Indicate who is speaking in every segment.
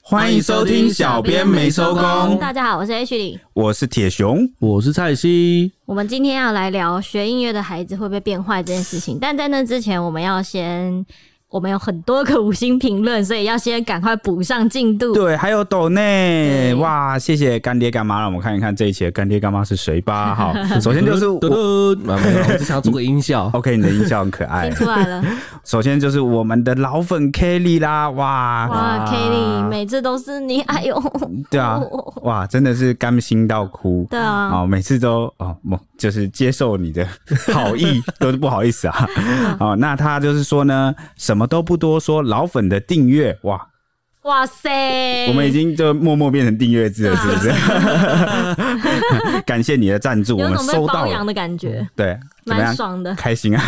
Speaker 1: 欢迎收听小编没收工
Speaker 2: 大家好，我是 H 里。
Speaker 1: 我是铁熊，
Speaker 3: 我是蔡西，
Speaker 2: 我们今天要来聊学音乐的孩子会不会变坏这件事情，但在那之前，我们要先，我们有很多个五星评论，所以要先赶快补上进度。
Speaker 1: 对，还有斗内
Speaker 2: 对
Speaker 1: 哇，谢谢干爹干妈，让我们看一看这一期的干爹干妈是谁 吧。好，首先就是
Speaker 3: 噔
Speaker 1: 我。
Speaker 3: 噔，啊没有，我只想要做个音效
Speaker 1: OK，你的音效很可 爱
Speaker 2: 听。出来了，
Speaker 1: 首先就是我们的老粉 Kelly 啦，哇
Speaker 2: 哇，Kelly，每次都是你，哎 呦，
Speaker 1: 对啊，哇，真的是甘心到哭。
Speaker 2: 对啊，
Speaker 1: 哦，每次都哦，我就是接受你 的好意，都是不好意思啊。
Speaker 2: 嗯
Speaker 1: 哦，那他就是说呢，什么都不多说，老粉的订阅哇，
Speaker 2: 哇塞，
Speaker 1: 我们已经就默默变成订阅 制了，是不是？感谢你的赞助，我
Speaker 2: 有
Speaker 1: 们
Speaker 2: 种被
Speaker 1: 收到
Speaker 2: 包养
Speaker 1: 了，
Speaker 2: 的感觉，
Speaker 1: 对，怎么
Speaker 2: 蛮
Speaker 1: 样？
Speaker 2: 爽的，
Speaker 1: 开心啊，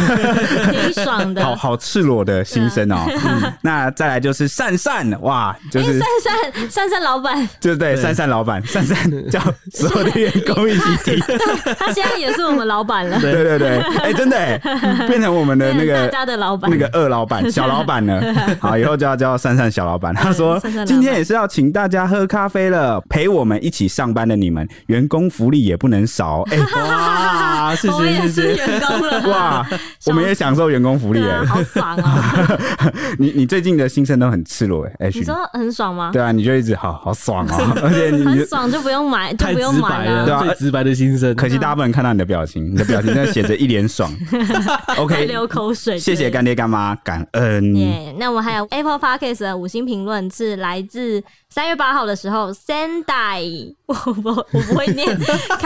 Speaker 2: 挺爽的。哎
Speaker 1: 好好赤裸的心声哦。嗯 那再来就是善善，哇，就
Speaker 2: 哎，
Speaker 1: 是
Speaker 2: 珊珊，珊珊老板，
Speaker 1: 就对善善老 板，善善叫所有的员工一起听，
Speaker 2: 他现在也是我们老板了，
Speaker 1: 对对对，哎，真的 哎，变成我们的那
Speaker 2: 变成
Speaker 1: 个
Speaker 2: 大家的老板
Speaker 1: 那。个二老 板、小老板了。好，以后就要叫珊珊小老板。他说
Speaker 2: 珊珊老：“板
Speaker 1: 今天也是要请大家喝咖啡了，陪我们一起上班的你们，员工福利也不能 少。”哎，哇，谢
Speaker 2: 哦我们也
Speaker 1: 谢
Speaker 2: 是
Speaker 1: 谢谢。
Speaker 2: 员工了，
Speaker 1: 哇，我们也享受员工福利
Speaker 2: 对啊，
Speaker 1: 哎！
Speaker 2: 好爽啊！
Speaker 1: 你你最近的心声都很赤裸哎
Speaker 2: 你
Speaker 1: ，H，
Speaker 2: 说很爽吗？
Speaker 1: 对啊，你就一直好好爽 哦，而且你
Speaker 2: 很爽就啊不用买，就
Speaker 3: 太
Speaker 2: 不用
Speaker 3: 直白
Speaker 2: 买
Speaker 3: 了，
Speaker 1: 对啊
Speaker 3: 最直白的心声。
Speaker 1: 可惜大家不能看到你的表情，你的表情真的写着一脸 爽。
Speaker 2: 还
Speaker 1: OK，
Speaker 2: 流口水。
Speaker 1: 谢谢
Speaker 2: 对
Speaker 1: 干爹干妈，感恩。
Speaker 2: 耶那我们还有 Apple Podcast 的五星评论是来自三月八号的时候，Sandai，我 不我不会念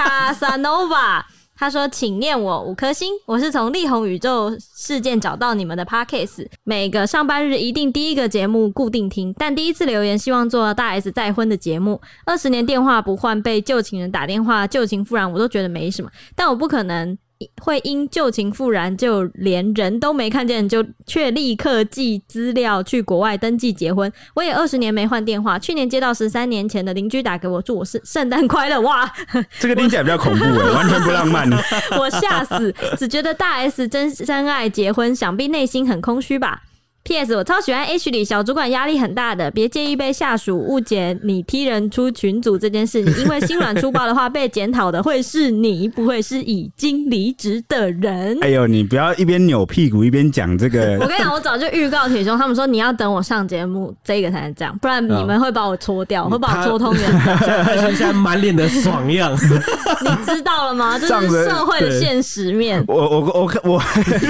Speaker 2: Casanova。他说：“请念我五颗星，我是从力宏宇宙事件找到你们的 podcast，每个上班日一定第一个节目固定听，但第一次留言希望做大 S 再婚的节目，二十年电话不换，被旧情人打电话旧情复燃，我都觉得没什么，但我不可能会因旧情复燃，就连人都没看见，就却立刻寄资料去国外登记结婚。我也二十年没换电话，去年接到十三年前的邻居打给我，祝我是圣诞快乐，哇，
Speaker 1: 这个听起来比较恐怖哎，完全不浪漫。
Speaker 2: 我吓死，只觉得大 S 真真爱结婚，想必内心很空虚吧。P.S. 我超喜欢 H 里小主管压力很大的，别介意被下属误解你踢人出群组这件事，因为心软粗暴的话，被检讨的会是你，不会是已经离职的人。
Speaker 1: 哎呦，你不要一边扭屁股一边讲这
Speaker 2: 我
Speaker 1: 个。
Speaker 2: 跟你讲，我早就预告铁兄，他们说你要等我上节目这个才能这样，不然你们会把我戳掉，
Speaker 1: 嗯
Speaker 2: 会把我戳通人。
Speaker 3: 他现在满脸的爽样，
Speaker 2: 你知道了吗？这
Speaker 1: 这样
Speaker 2: 是
Speaker 1: 子
Speaker 2: 社会的
Speaker 3: 对
Speaker 2: 现实面。
Speaker 1: 我我我我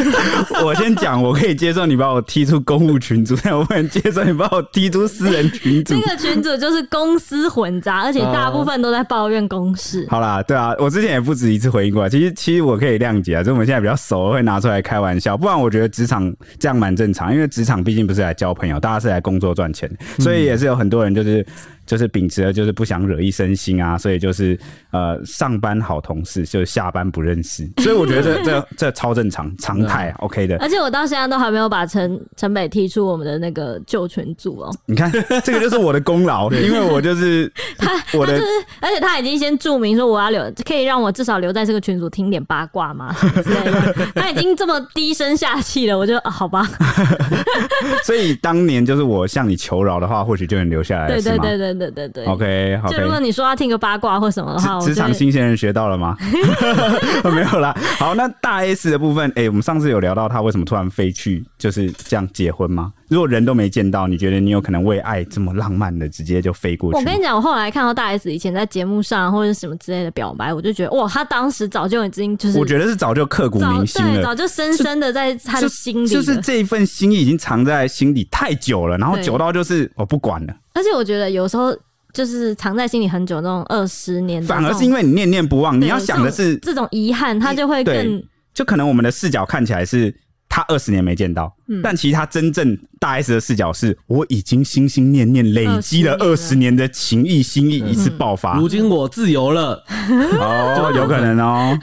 Speaker 1: 我先讲，我可以接受你把我踢出公务群组，但我不能接受你把我踢出私人群组
Speaker 2: 这。个群组就是公私混杂，而且大部分都在抱怨公事。
Speaker 1: 好啦，对啊，我之前也不止一次回应过啊来。其实，其实我可以谅解啊，就我们现在比较熟，会拿出来开玩笑。不然，我觉得职场这样蛮正常，因为职场毕竟不是来交朋友，大家是来工作赚钱，所以也是有很多人就是就是秉持了就是不想惹一身腥啊，所以就是呃上班好同事，就下班不认识。所以我觉得这这这超正常，常态、OK 啊的。
Speaker 2: 而且我到现在都还没有把陈陈北踢出我们的那个旧群组哦，
Speaker 1: 你 看，这个就是我的功劳，因为我就是我的
Speaker 2: 而且他已经先注明说我要留，可以让我至少留在这个群组听点八卦吗？之 类的。他已经这么低声下气了，我就、啊好吧，
Speaker 1: 所以当年就是我向你求饶的话，或许就能留下来，
Speaker 2: 对
Speaker 1: 哎是
Speaker 2: 对
Speaker 1: 吗
Speaker 2: 对对对对对。
Speaker 1: ？OK
Speaker 2: 就如
Speaker 1: OK
Speaker 2: 果。你说要听个八卦或什么的话，我
Speaker 1: 职职
Speaker 2: 觉
Speaker 1: 场
Speaker 2: 得
Speaker 1: 新鲜人学到了 吗？ 没有啦。好，那大 S 的部分，哎、我们上次有聊到他为什么突然飞去就是这样结婚吗？如果人都没见到，你觉得你有可能为爱这么浪漫的直接就飞过去
Speaker 2: 我
Speaker 1: 吗？
Speaker 2: 跟你讲，我后来看到大 S 以前在节目上或者什么之类的表白，我就觉得哇，他当时早就已经就是
Speaker 1: 我觉得是早就刻骨
Speaker 2: 早
Speaker 1: 铭心
Speaker 2: 对
Speaker 1: 了
Speaker 2: 早。就深深的在他的
Speaker 1: 就
Speaker 2: 心里了。
Speaker 1: 就是这一份心意已经藏在心里太久了，然后
Speaker 2: 对
Speaker 1: 久到就是我不管了，
Speaker 2: 而且我觉得有时候就是藏在心里很久那种二十年的这种，
Speaker 1: 反而是因为你念念不忘，你
Speaker 2: 对
Speaker 1: 要想的是
Speaker 2: 这种遗憾，他就会
Speaker 1: 对
Speaker 2: 更
Speaker 1: 就可能我们的视角看起来是他二十年没见到，
Speaker 2: 嗯
Speaker 1: 但其实他真正大 S 的视角是，我已经心心念念累积了二
Speaker 2: 20
Speaker 1: 十年的情谊心意一次爆发。
Speaker 3: 如今我自由了，
Speaker 2: 嗯
Speaker 1: 哦，有可能哦，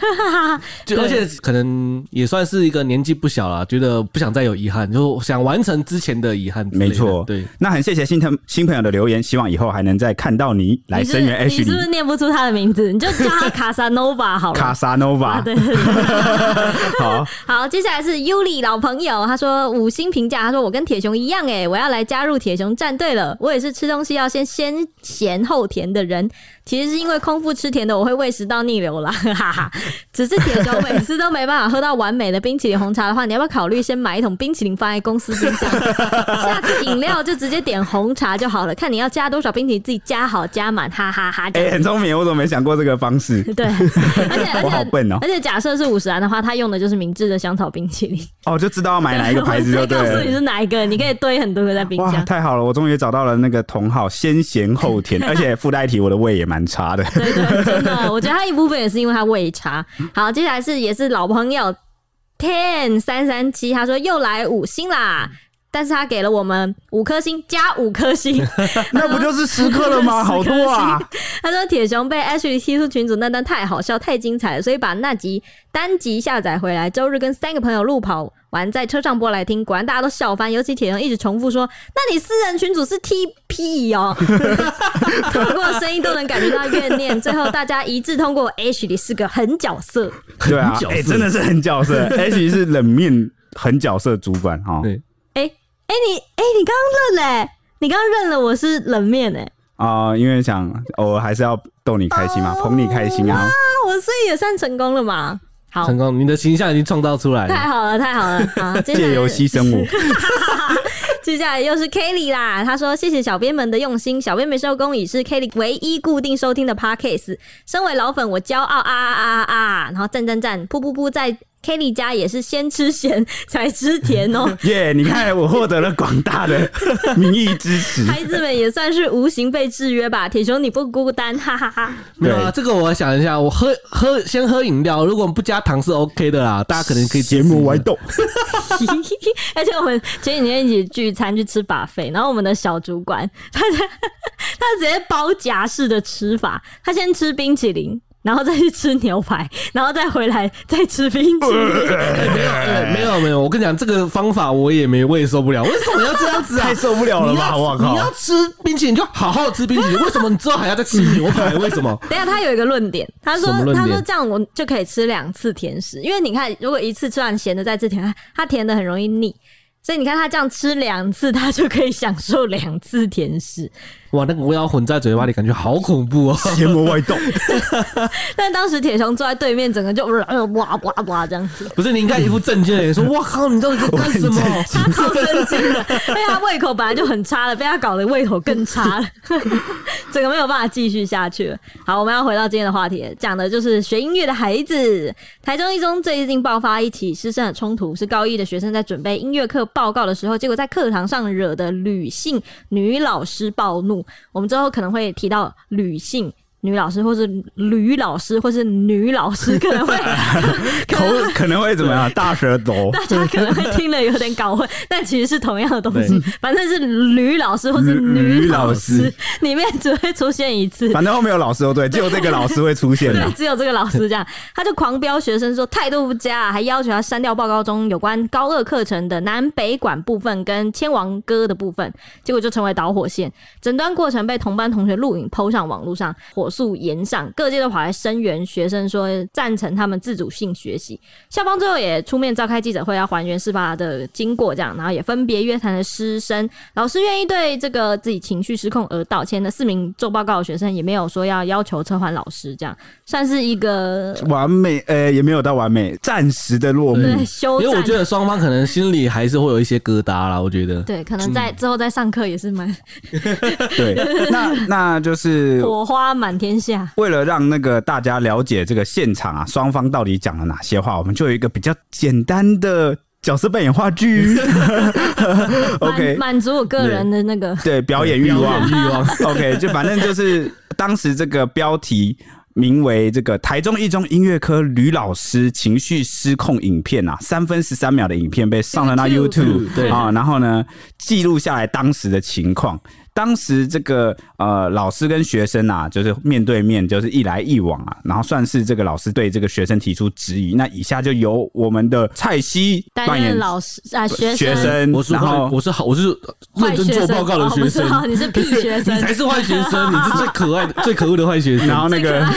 Speaker 3: 就
Speaker 2: 对
Speaker 3: 而且可能也算是一个年纪不小了，觉得不想再有遗憾，就想完成之前的遗憾之类的。
Speaker 1: 没错。
Speaker 3: 对，，
Speaker 1: 那很谢谢新朋新朋友的留言，希望以后还能再看到你来
Speaker 2: 你是
Speaker 1: 声援
Speaker 2: 你是不是
Speaker 1: Ashley
Speaker 2: 念不出他的名字？你就叫他卡萨诺瓦好了。
Speaker 1: 卡萨诺
Speaker 2: 啊，
Speaker 1: 瓦。
Speaker 2: 对对对
Speaker 1: 好，
Speaker 2: 好，接下来是 Yuli 老朋友，他说五星评价，他说我跟铁熊一样哎、我要来加入铁熊战队了。我也是吃东西要先先咸后甜的人，其实是因为空腹吃甜的，我会胃食道逆流啦， 哈哈哈。只是铁熊每次都没办法喝到完美的冰淇淋红茶的话，你要不要考虑先买一桶冰淇淋放在公司冰 箱？下次饮料就直接点红茶就好了，看你要加多少冰淇淋，自己加好加满，哈哈哈这
Speaker 1: 哎、
Speaker 2: 样
Speaker 1: 很聪明，我怎么没想过这个方式？
Speaker 2: 对，而 且而且
Speaker 1: 哎我好笨哦
Speaker 2: 而且假设是五十元的话，他用的就是明治的香草冰淇淋，
Speaker 1: 哦，就知道要买哪一个牌 子就
Speaker 2: 我直
Speaker 1: 对
Speaker 2: 接告诉你
Speaker 1: 了。
Speaker 2: 是哪一个，你可以堆很多个在冰
Speaker 1: 哇，
Speaker 2: 箱。
Speaker 1: 太好了！我终于找到了那个同号，先咸后 甜，而且附带一提我的胃也蛮差的。
Speaker 2: 对对，真的，我觉得他一部分也是因为他胃 差。好，接下来是也是老朋友 ten 三三七，他说又来五星啦，但是他给了我们五颗星加五颗星，
Speaker 1: 那不就是十克了 吗？
Speaker 2: 十
Speaker 1: 好
Speaker 2: 颗
Speaker 1: 多啊！
Speaker 2: 他说铁熊被 Ashley 踢出群组那段太好笑太精彩了，所以把那集单集下载回来，周日跟三个朋友路跑完，在车上播来听，果然大家都笑翻。尤其铁熊一直重复说：“那你私人群组是 TP 哦。”透过声音都能感觉到怨念。最后大家一致通过 Ashley 是个狠角色，
Speaker 1: 对啊
Speaker 3: 很，角色
Speaker 1: 哎、真的是很角色。H 是冷面很角色主管哈。
Speaker 3: 对
Speaker 2: 哎、你哎、你刚刚认嘞、你刚刚认了我是冷面哎、
Speaker 1: 啊、因为想偶尔还是要逗你开心
Speaker 3: 哦
Speaker 1: 嘛，捧你开心啊。
Speaker 2: 啊，我所以也算成功了嘛。好
Speaker 3: 成，功，你的形象已经创造出来
Speaker 2: 太
Speaker 3: 了。
Speaker 2: 好了，太好了啊！接下来
Speaker 1: 借由牺牲我，
Speaker 2: 接下来又是 Kelly 啦，她说谢谢小编们的用心，小编没收工已是 Kelly 唯一固定收听的 Podcast。身为老粉，我骄傲啊啊啊啊啊！然后赞赞赞，噗噗噗，在 Kelly 家也是先吃咸才吃甜哦、
Speaker 1: 耶你看我获得了广大的民意支持。
Speaker 2: 孩子们也算是无形被制约吧，铁熊你不孤单，哈哈哈
Speaker 3: 没有啊，这个我想一下，我喝喝先喝饮料，如果不加糖是 OK 的啦，大家可能可以
Speaker 1: 节目歪斗，
Speaker 2: 而且我们前几天一起聚餐去吃把费，然后我们的小主管他 在他直接包夹式的吃法，他先吃冰淇淋。然后再去吃牛排，然后再回来再吃冰 淇淋，
Speaker 1: 哎
Speaker 3: 呃没有没有，我跟你讲，这个方法我也没胃受不了，为什么要这样子啊
Speaker 1: 太？受不了了
Speaker 3: 你
Speaker 1: 吧！我
Speaker 3: 要你
Speaker 1: 靠
Speaker 3: 要！吃冰淇淋，你就好好吃冰淇淋。为什么你之后还要再吃牛排？为什 么？
Speaker 2: 等一下，他有一个论点，他说
Speaker 3: 什么论
Speaker 2: 他
Speaker 3: 点
Speaker 2: 说这样我就可以吃两次甜食，因为你看，如果一次吃完咸的再吃甜的，他甜的很容易腻，所以你看他这样吃两次，他就可以享受两次甜食。
Speaker 3: 哇，那个味道混在嘴巴里，感觉好恐怖 哦！
Speaker 1: 邪魔歪 道，
Speaker 2: 但当时铁熊坐在对面，整个就 呃哇哇哇这样子，
Speaker 3: 不是，你应该一副震惊的脸说：“哇靠，你到底在干什么
Speaker 1: 我很
Speaker 2: 他超震惊的，因为他胃口本来就很差了，被他搞得胃口更差了，整个没有办法继续下去了。好，我们要回到今天的话题，讲的就是学音乐的孩子。台中一中最近爆发一起师生的冲突，是高一的学生在准备音乐课报告的时候，结果在课堂上惹得吕姓女老师暴怒。我们之后可能会提到吕姓。女老师，或是吕老师，或是女老师，可能会可
Speaker 1: 口
Speaker 2: 能会
Speaker 1: 可能会怎么样？大舌头，
Speaker 2: 大家可能会听了有点搞 混，但其实是同样的东
Speaker 3: 对。
Speaker 2: 西反正是吕老师或是
Speaker 1: 吕
Speaker 2: 女老
Speaker 1: 老师
Speaker 2: 师，里面只会出现一次。
Speaker 1: 反正后面有老师都对，只有这个老师会出现
Speaker 2: 对
Speaker 1: 的，。
Speaker 2: 只有这个老师这样， 他就狂飙学生说态度不佳，还要求他删掉报告中有关高二课程的南北管部分跟千王歌的部分，结果就成为导火线。整段过程被同班同学录影抛上网络上，火速延上，各界都跑来声援学生，说赞成他们自主性学习。校方最后也出面召开记者会，要还原事发的经过，这样，然后也分别约谈了师生。老师愿意对这个自己情绪失控而道歉的四名做报告的学生，也没有说要要求撤换老师，这样算是一个
Speaker 1: 完美，呃，也没有到完美，暂时的落幕。
Speaker 2: 对
Speaker 3: 嗯
Speaker 2: 休
Speaker 3: 因为我
Speaker 2: 战。
Speaker 3: 觉得双方可能心里还是会有一些疙瘩啦，我觉得。
Speaker 2: 对，可能在之后再上课也是蛮
Speaker 1: 对，那那就是
Speaker 2: 火花满天下。
Speaker 1: 为了让那个大家了解这个现场啊，双方到底讲了哪些话，我们就有一个比较简单的角色扮演话剧。OK，
Speaker 2: 满满足我个人的那个，
Speaker 1: 对，表哦演欲望
Speaker 3: 欲。望，
Speaker 1: OK，就反正就是当时这个标题。名为这个台中一中音乐科吕老师情绪失控影片啊，三分十三秒的影片被上传到 YouTube，
Speaker 3: YouTube，对
Speaker 1: 啊、然后呢记录下来当时的情况。当时这个呃老师跟学生啊，就是面对面，就是一来一往啊，然后算是这个老师对这个学生提出质疑。那以下就由我们的蔡西
Speaker 2: 担
Speaker 1: 扮
Speaker 2: 任
Speaker 1: 演
Speaker 2: 老师啊，学
Speaker 1: 学
Speaker 2: 生。
Speaker 1: 生，
Speaker 3: 我是
Speaker 1: 然
Speaker 3: 坏，
Speaker 1: 后
Speaker 3: 我是好，我是认
Speaker 2: 坏
Speaker 3: 真
Speaker 2: 学
Speaker 3: 做
Speaker 2: 生，
Speaker 3: 报告的
Speaker 2: 哦
Speaker 3: 学
Speaker 2: 我知
Speaker 3: 生，
Speaker 2: 道你是屁学 生啊
Speaker 3: 你，才是坏学生，你 是最可爱的、最可恶的坏学生。
Speaker 1: 然后那
Speaker 2: 最可
Speaker 1: 个
Speaker 2: 爱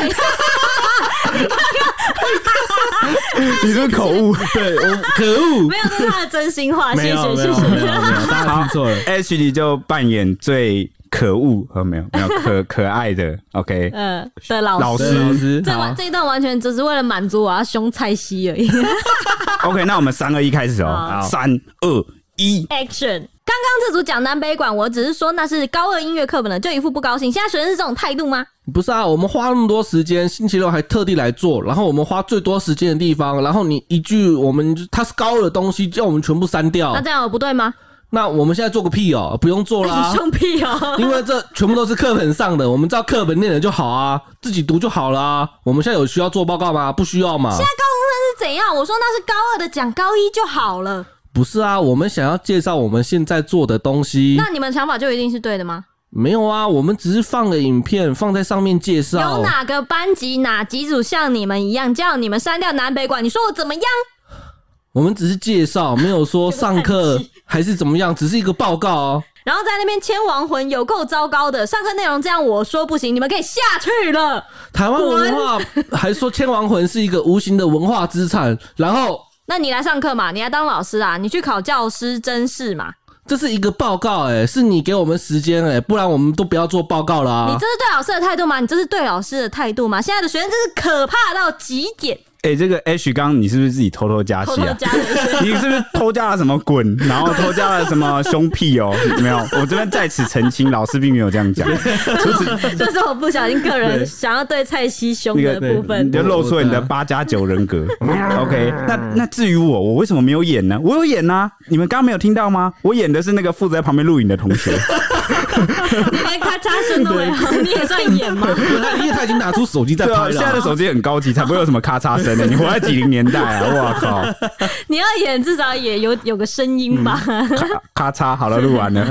Speaker 1: 你是不是口 误？
Speaker 3: 对我可恶，
Speaker 2: 没有，这是他的真心话，
Speaker 3: 没
Speaker 2: 啊谢
Speaker 3: 有
Speaker 2: 谢
Speaker 3: 没
Speaker 2: 谢
Speaker 3: 有没有没
Speaker 2: 谢。
Speaker 3: 有，大家听错了。
Speaker 1: H D 就扮演最可恶，呃，没有没有可可爱的，OK，
Speaker 2: 呃，的老 师，
Speaker 1: 老
Speaker 3: 对老师，
Speaker 2: 这
Speaker 3: 好
Speaker 2: 完这一段完全只是为了满足我要凶蔡西而已。
Speaker 1: OK，那我们三二一开始哦
Speaker 2: 好，
Speaker 1: 三二一，
Speaker 2: Action！刚刚这组讲南北管，我只是说那是高二音乐课本的，就一副不高兴。现在学生是这种态度吗？
Speaker 3: 不是啊，我们花那么多时间，星期六还特地来做，然后我们花最多时间的地方，然后你一句我们它是高的东西，叫我们全部删掉
Speaker 2: 那，这样有啊不对吗？
Speaker 3: 那我们现在做个屁哦、不用做啦
Speaker 2: 你，凶 屁哦！
Speaker 3: 因为这全部都是课本上的，我们照课本念的就好啊，自己读就好啦。我们现在有需要做报告吗？不需要嘛。
Speaker 2: 是怎样？我说那是高二的，讲高一就好了。
Speaker 3: 不是啊，我们想要介绍我们现在做的东西，
Speaker 2: 那你们想法就一定是对的吗？
Speaker 3: 没有啊，我们只是放个影片放在上面介绍
Speaker 2: 有。哪个班级哪几组像你们一样叫你们删掉南北管？你说我怎么样？
Speaker 3: 我们只是介绍，没有说上课还是怎么样，只是一个报告哦。
Speaker 2: 然后在那边签亡魂，有够糟糕的。上课内容这样，我说不行，你们可以下去了。
Speaker 3: 台湾文化还说千王魂是一个无形的文化资产，然后
Speaker 2: 那你来上课嘛，你来当老师啊，你去考教师真试嘛。
Speaker 3: 这是一个报告、欸，是你给我们时间，哎，不然我们都不要做报告了
Speaker 2: 你
Speaker 3: 啊
Speaker 2: 这。是对老师的态度吗？你这是对老师的态度吗？现在的学生真是可怕到极点，
Speaker 1: 哎，这个 H 刚刚你是不是自己偷偷加
Speaker 2: 偷
Speaker 1: 戏
Speaker 2: 偷
Speaker 1: 啊？
Speaker 2: 加了一 些。
Speaker 1: 你是不是偷加了什么滚，然后偷加了什么胸屁哦？没有，我这边在此澄清，老师并没有这样讲。
Speaker 2: 这是我不小心个人
Speaker 3: 对
Speaker 2: 想要对蔡西凶
Speaker 1: 那
Speaker 2: 的
Speaker 1: 个
Speaker 2: 部
Speaker 1: 你
Speaker 2: 分。
Speaker 1: 就露出了你的八加九人格。OK，那那至于我，我为什么没有演呢？我有演呐、你们刚刚没有听到吗？我演的是那个负责在旁边录影的同学。
Speaker 2: 你连哎咔嚓声都没有，你也算演吗？
Speaker 3: 因为他已经拿出手机在
Speaker 1: 对啊，
Speaker 3: 拍
Speaker 1: 现在的
Speaker 3: 了。
Speaker 1: 手机很高级，才不会有什么咔嚓声的。你活在几零年代啊？我靠，
Speaker 2: 你要演至少也有有个声音吧？
Speaker 1: 嗯咔咔嚓，好了，录完了。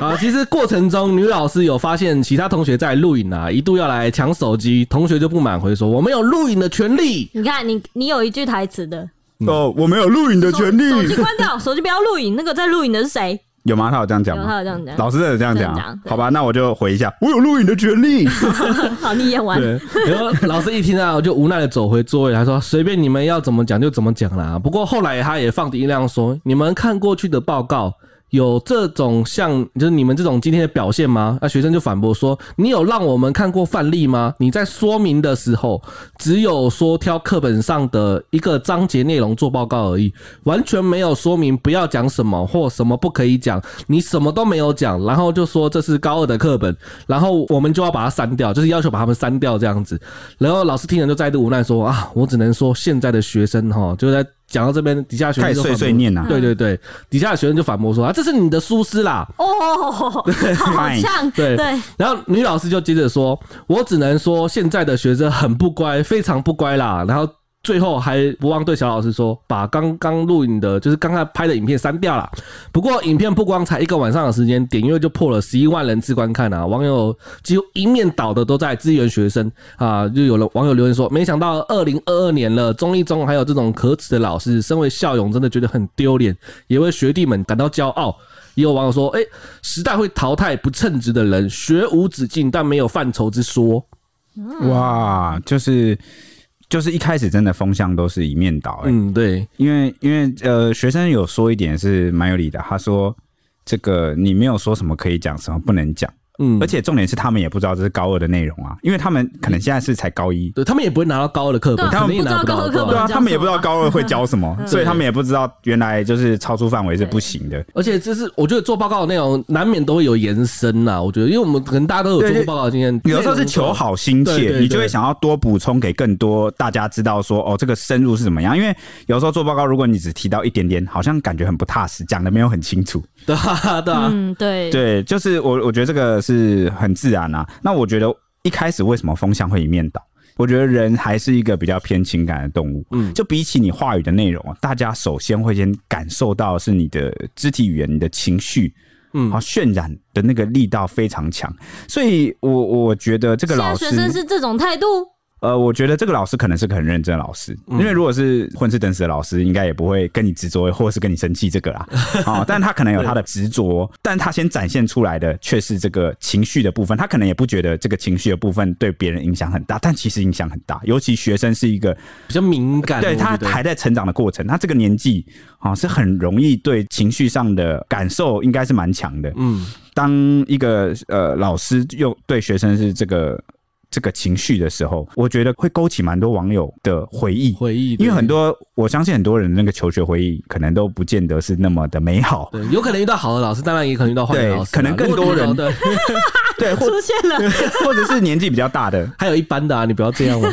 Speaker 3: 啊，其实过程中女老师有发现其他同学在录影啊，一度要来抢手机，同学就不满回说：“我们有录影的权利。
Speaker 2: 你看，你你有一句台词的，
Speaker 3: 嗯
Speaker 1: 哦，我没有录影的
Speaker 2: 手
Speaker 1: 权
Speaker 2: 手
Speaker 1: 利
Speaker 2: 机，关掉，手机不要录影。那个在录影的是谁？
Speaker 1: 有吗？他有这样讲
Speaker 2: 有，他
Speaker 1: 吗？
Speaker 2: 有这样讲。
Speaker 1: 老师真的这样讲
Speaker 2: 这
Speaker 1: 啊
Speaker 2: 样讲？对
Speaker 1: 好吧，那我就回一下，我有录影的权利。
Speaker 2: 好，你演”完。
Speaker 3: 对， 然后老师一听到就无奈的走回座位，他说：“随便你们要怎么讲就怎么讲啦。”不过后来他也放低音量说：“你们看过去的报告。”有这种像就是你们这种今天的表现吗？啊那学生就反驳说：“你有让我们看过范例吗？你在说明的时候，只有说挑课本上的一个章节内容做报告而已，完全没有说明不要讲什么或什么不可以讲，你什么都没有讲，然后就说这是高二的课本，然后我们就要把它删掉，就是要求把他们删掉这样子。然后老师听了就再度无奈说：啊，我只能说现在的学生哈，就在讲到这边，底下学
Speaker 1: 开始
Speaker 3: 生就
Speaker 1: 碎
Speaker 3: 反驳
Speaker 1: 碎念啊
Speaker 3: 对对对，底下的学生就反驳说啊，这是你的疏失啦。
Speaker 2: 哦，好像
Speaker 3: 对 然后女老师就接着说，我只能说现在的学生很不乖，非常不乖啦。然后最后还不忘对小老师说，把刚刚录影的，就是刚刚拍的影片删掉啦。不过影片不光才一个晚上的时间，点阅就破了十一万人次观看啊！网友几乎一面倒的都在支援学生啊，就有了网友留言说，没想到二零二二年了，中一中还有这种可耻的老师，身为校友真的觉得很丢脸，也为学弟们感到骄傲。也有网友说，哎、时代会淘汰不称职的人，学无止境但没有范畴之说。嗯
Speaker 1: 哇，就是就是一开始真的风向都是一面倒、欸，
Speaker 3: 嗯，对，
Speaker 1: 因为因为呃，学生有说一点是蛮有理的，他说这个你没有说什么可以讲，什么不能讲，
Speaker 3: 嗯，
Speaker 1: 而且重点是他们也不知道这是高二的内容啊，因为他们可能现在是才高一，
Speaker 3: 对他们也不会拿到高二的课本，
Speaker 2: 对啊
Speaker 3: 肯定也拿不
Speaker 2: 他
Speaker 3: 到
Speaker 2: 们不知道高二课
Speaker 1: 对
Speaker 2: 本
Speaker 1: 啊，他们也不知道高二会教什么，
Speaker 3: 啊
Speaker 1: 所以他们也不知道原来就是超出范围是不行的。
Speaker 3: 而且这是我觉得做报告的内容难免都会有延伸啊呐，我觉得，因为我们可能大家都有做
Speaker 1: 对
Speaker 3: 过
Speaker 1: 就
Speaker 3: 报告的经验，
Speaker 1: 有时候是求好心
Speaker 3: 对对
Speaker 1: 切，
Speaker 3: 对
Speaker 1: 你就会想要多补充给更多大家知道说哦，这个深入是怎么样。因为有时候做报告，如果你只提到一点点，好像感觉很不踏实，讲的没有很清楚。
Speaker 3: 对啊对啊，
Speaker 2: 嗯，对，
Speaker 1: 对，就是我我觉得这个是很自然啊。那我觉得一开始为什么风向会一面倒？我觉得人还是一个比较偏情感的动物，
Speaker 3: 嗯
Speaker 1: 就比起你话语的内容啊，大家首先会先感受到是你的肢体语言、你的情绪，
Speaker 3: 嗯
Speaker 1: 好渲染的那个力道非常强，所以我我觉得这个
Speaker 2: 现在
Speaker 1: 老
Speaker 2: 啊学
Speaker 1: 师
Speaker 2: 生是这种态度，
Speaker 1: 呃，我觉得这个老师可能是个很认真的老师，因为如果是混吃等死的老师，应该也不会跟你执着，或是跟你生气这 个啦。啊、但他可能有他的执着，但他先展现出来的却是这个情绪的部分，他可能也不觉得这个情绪的部分对别人影响很大，但其实影响很大，尤其学生是一个
Speaker 3: 比较敏感，
Speaker 1: 对
Speaker 3: 我觉
Speaker 1: 他
Speaker 3: 得
Speaker 1: 还在成长的过程，他这个年纪啊、是很容易对情绪上的感受应该是蛮强的。
Speaker 3: 嗯
Speaker 1: 当一个呃老师又对学生是这个这个情绪的时候，我觉得会勾起蛮多网友的回忆。
Speaker 3: 回忆，
Speaker 1: 因为
Speaker 3: 对
Speaker 1: 很多，我相信很多人那个求学回忆可能都不见得是那么的美好，
Speaker 3: 对有可能遇到好的老师，当然也可能遇到坏的
Speaker 1: 对
Speaker 3: 老师啊，
Speaker 1: 可能更
Speaker 3: 如果
Speaker 1: 多
Speaker 3: 遇到
Speaker 1: 人
Speaker 3: 对，
Speaker 1: 对，或
Speaker 2: 出现了
Speaker 1: 或者是年纪比较大的，
Speaker 3: 还有一般的啊，你不要这样嘛。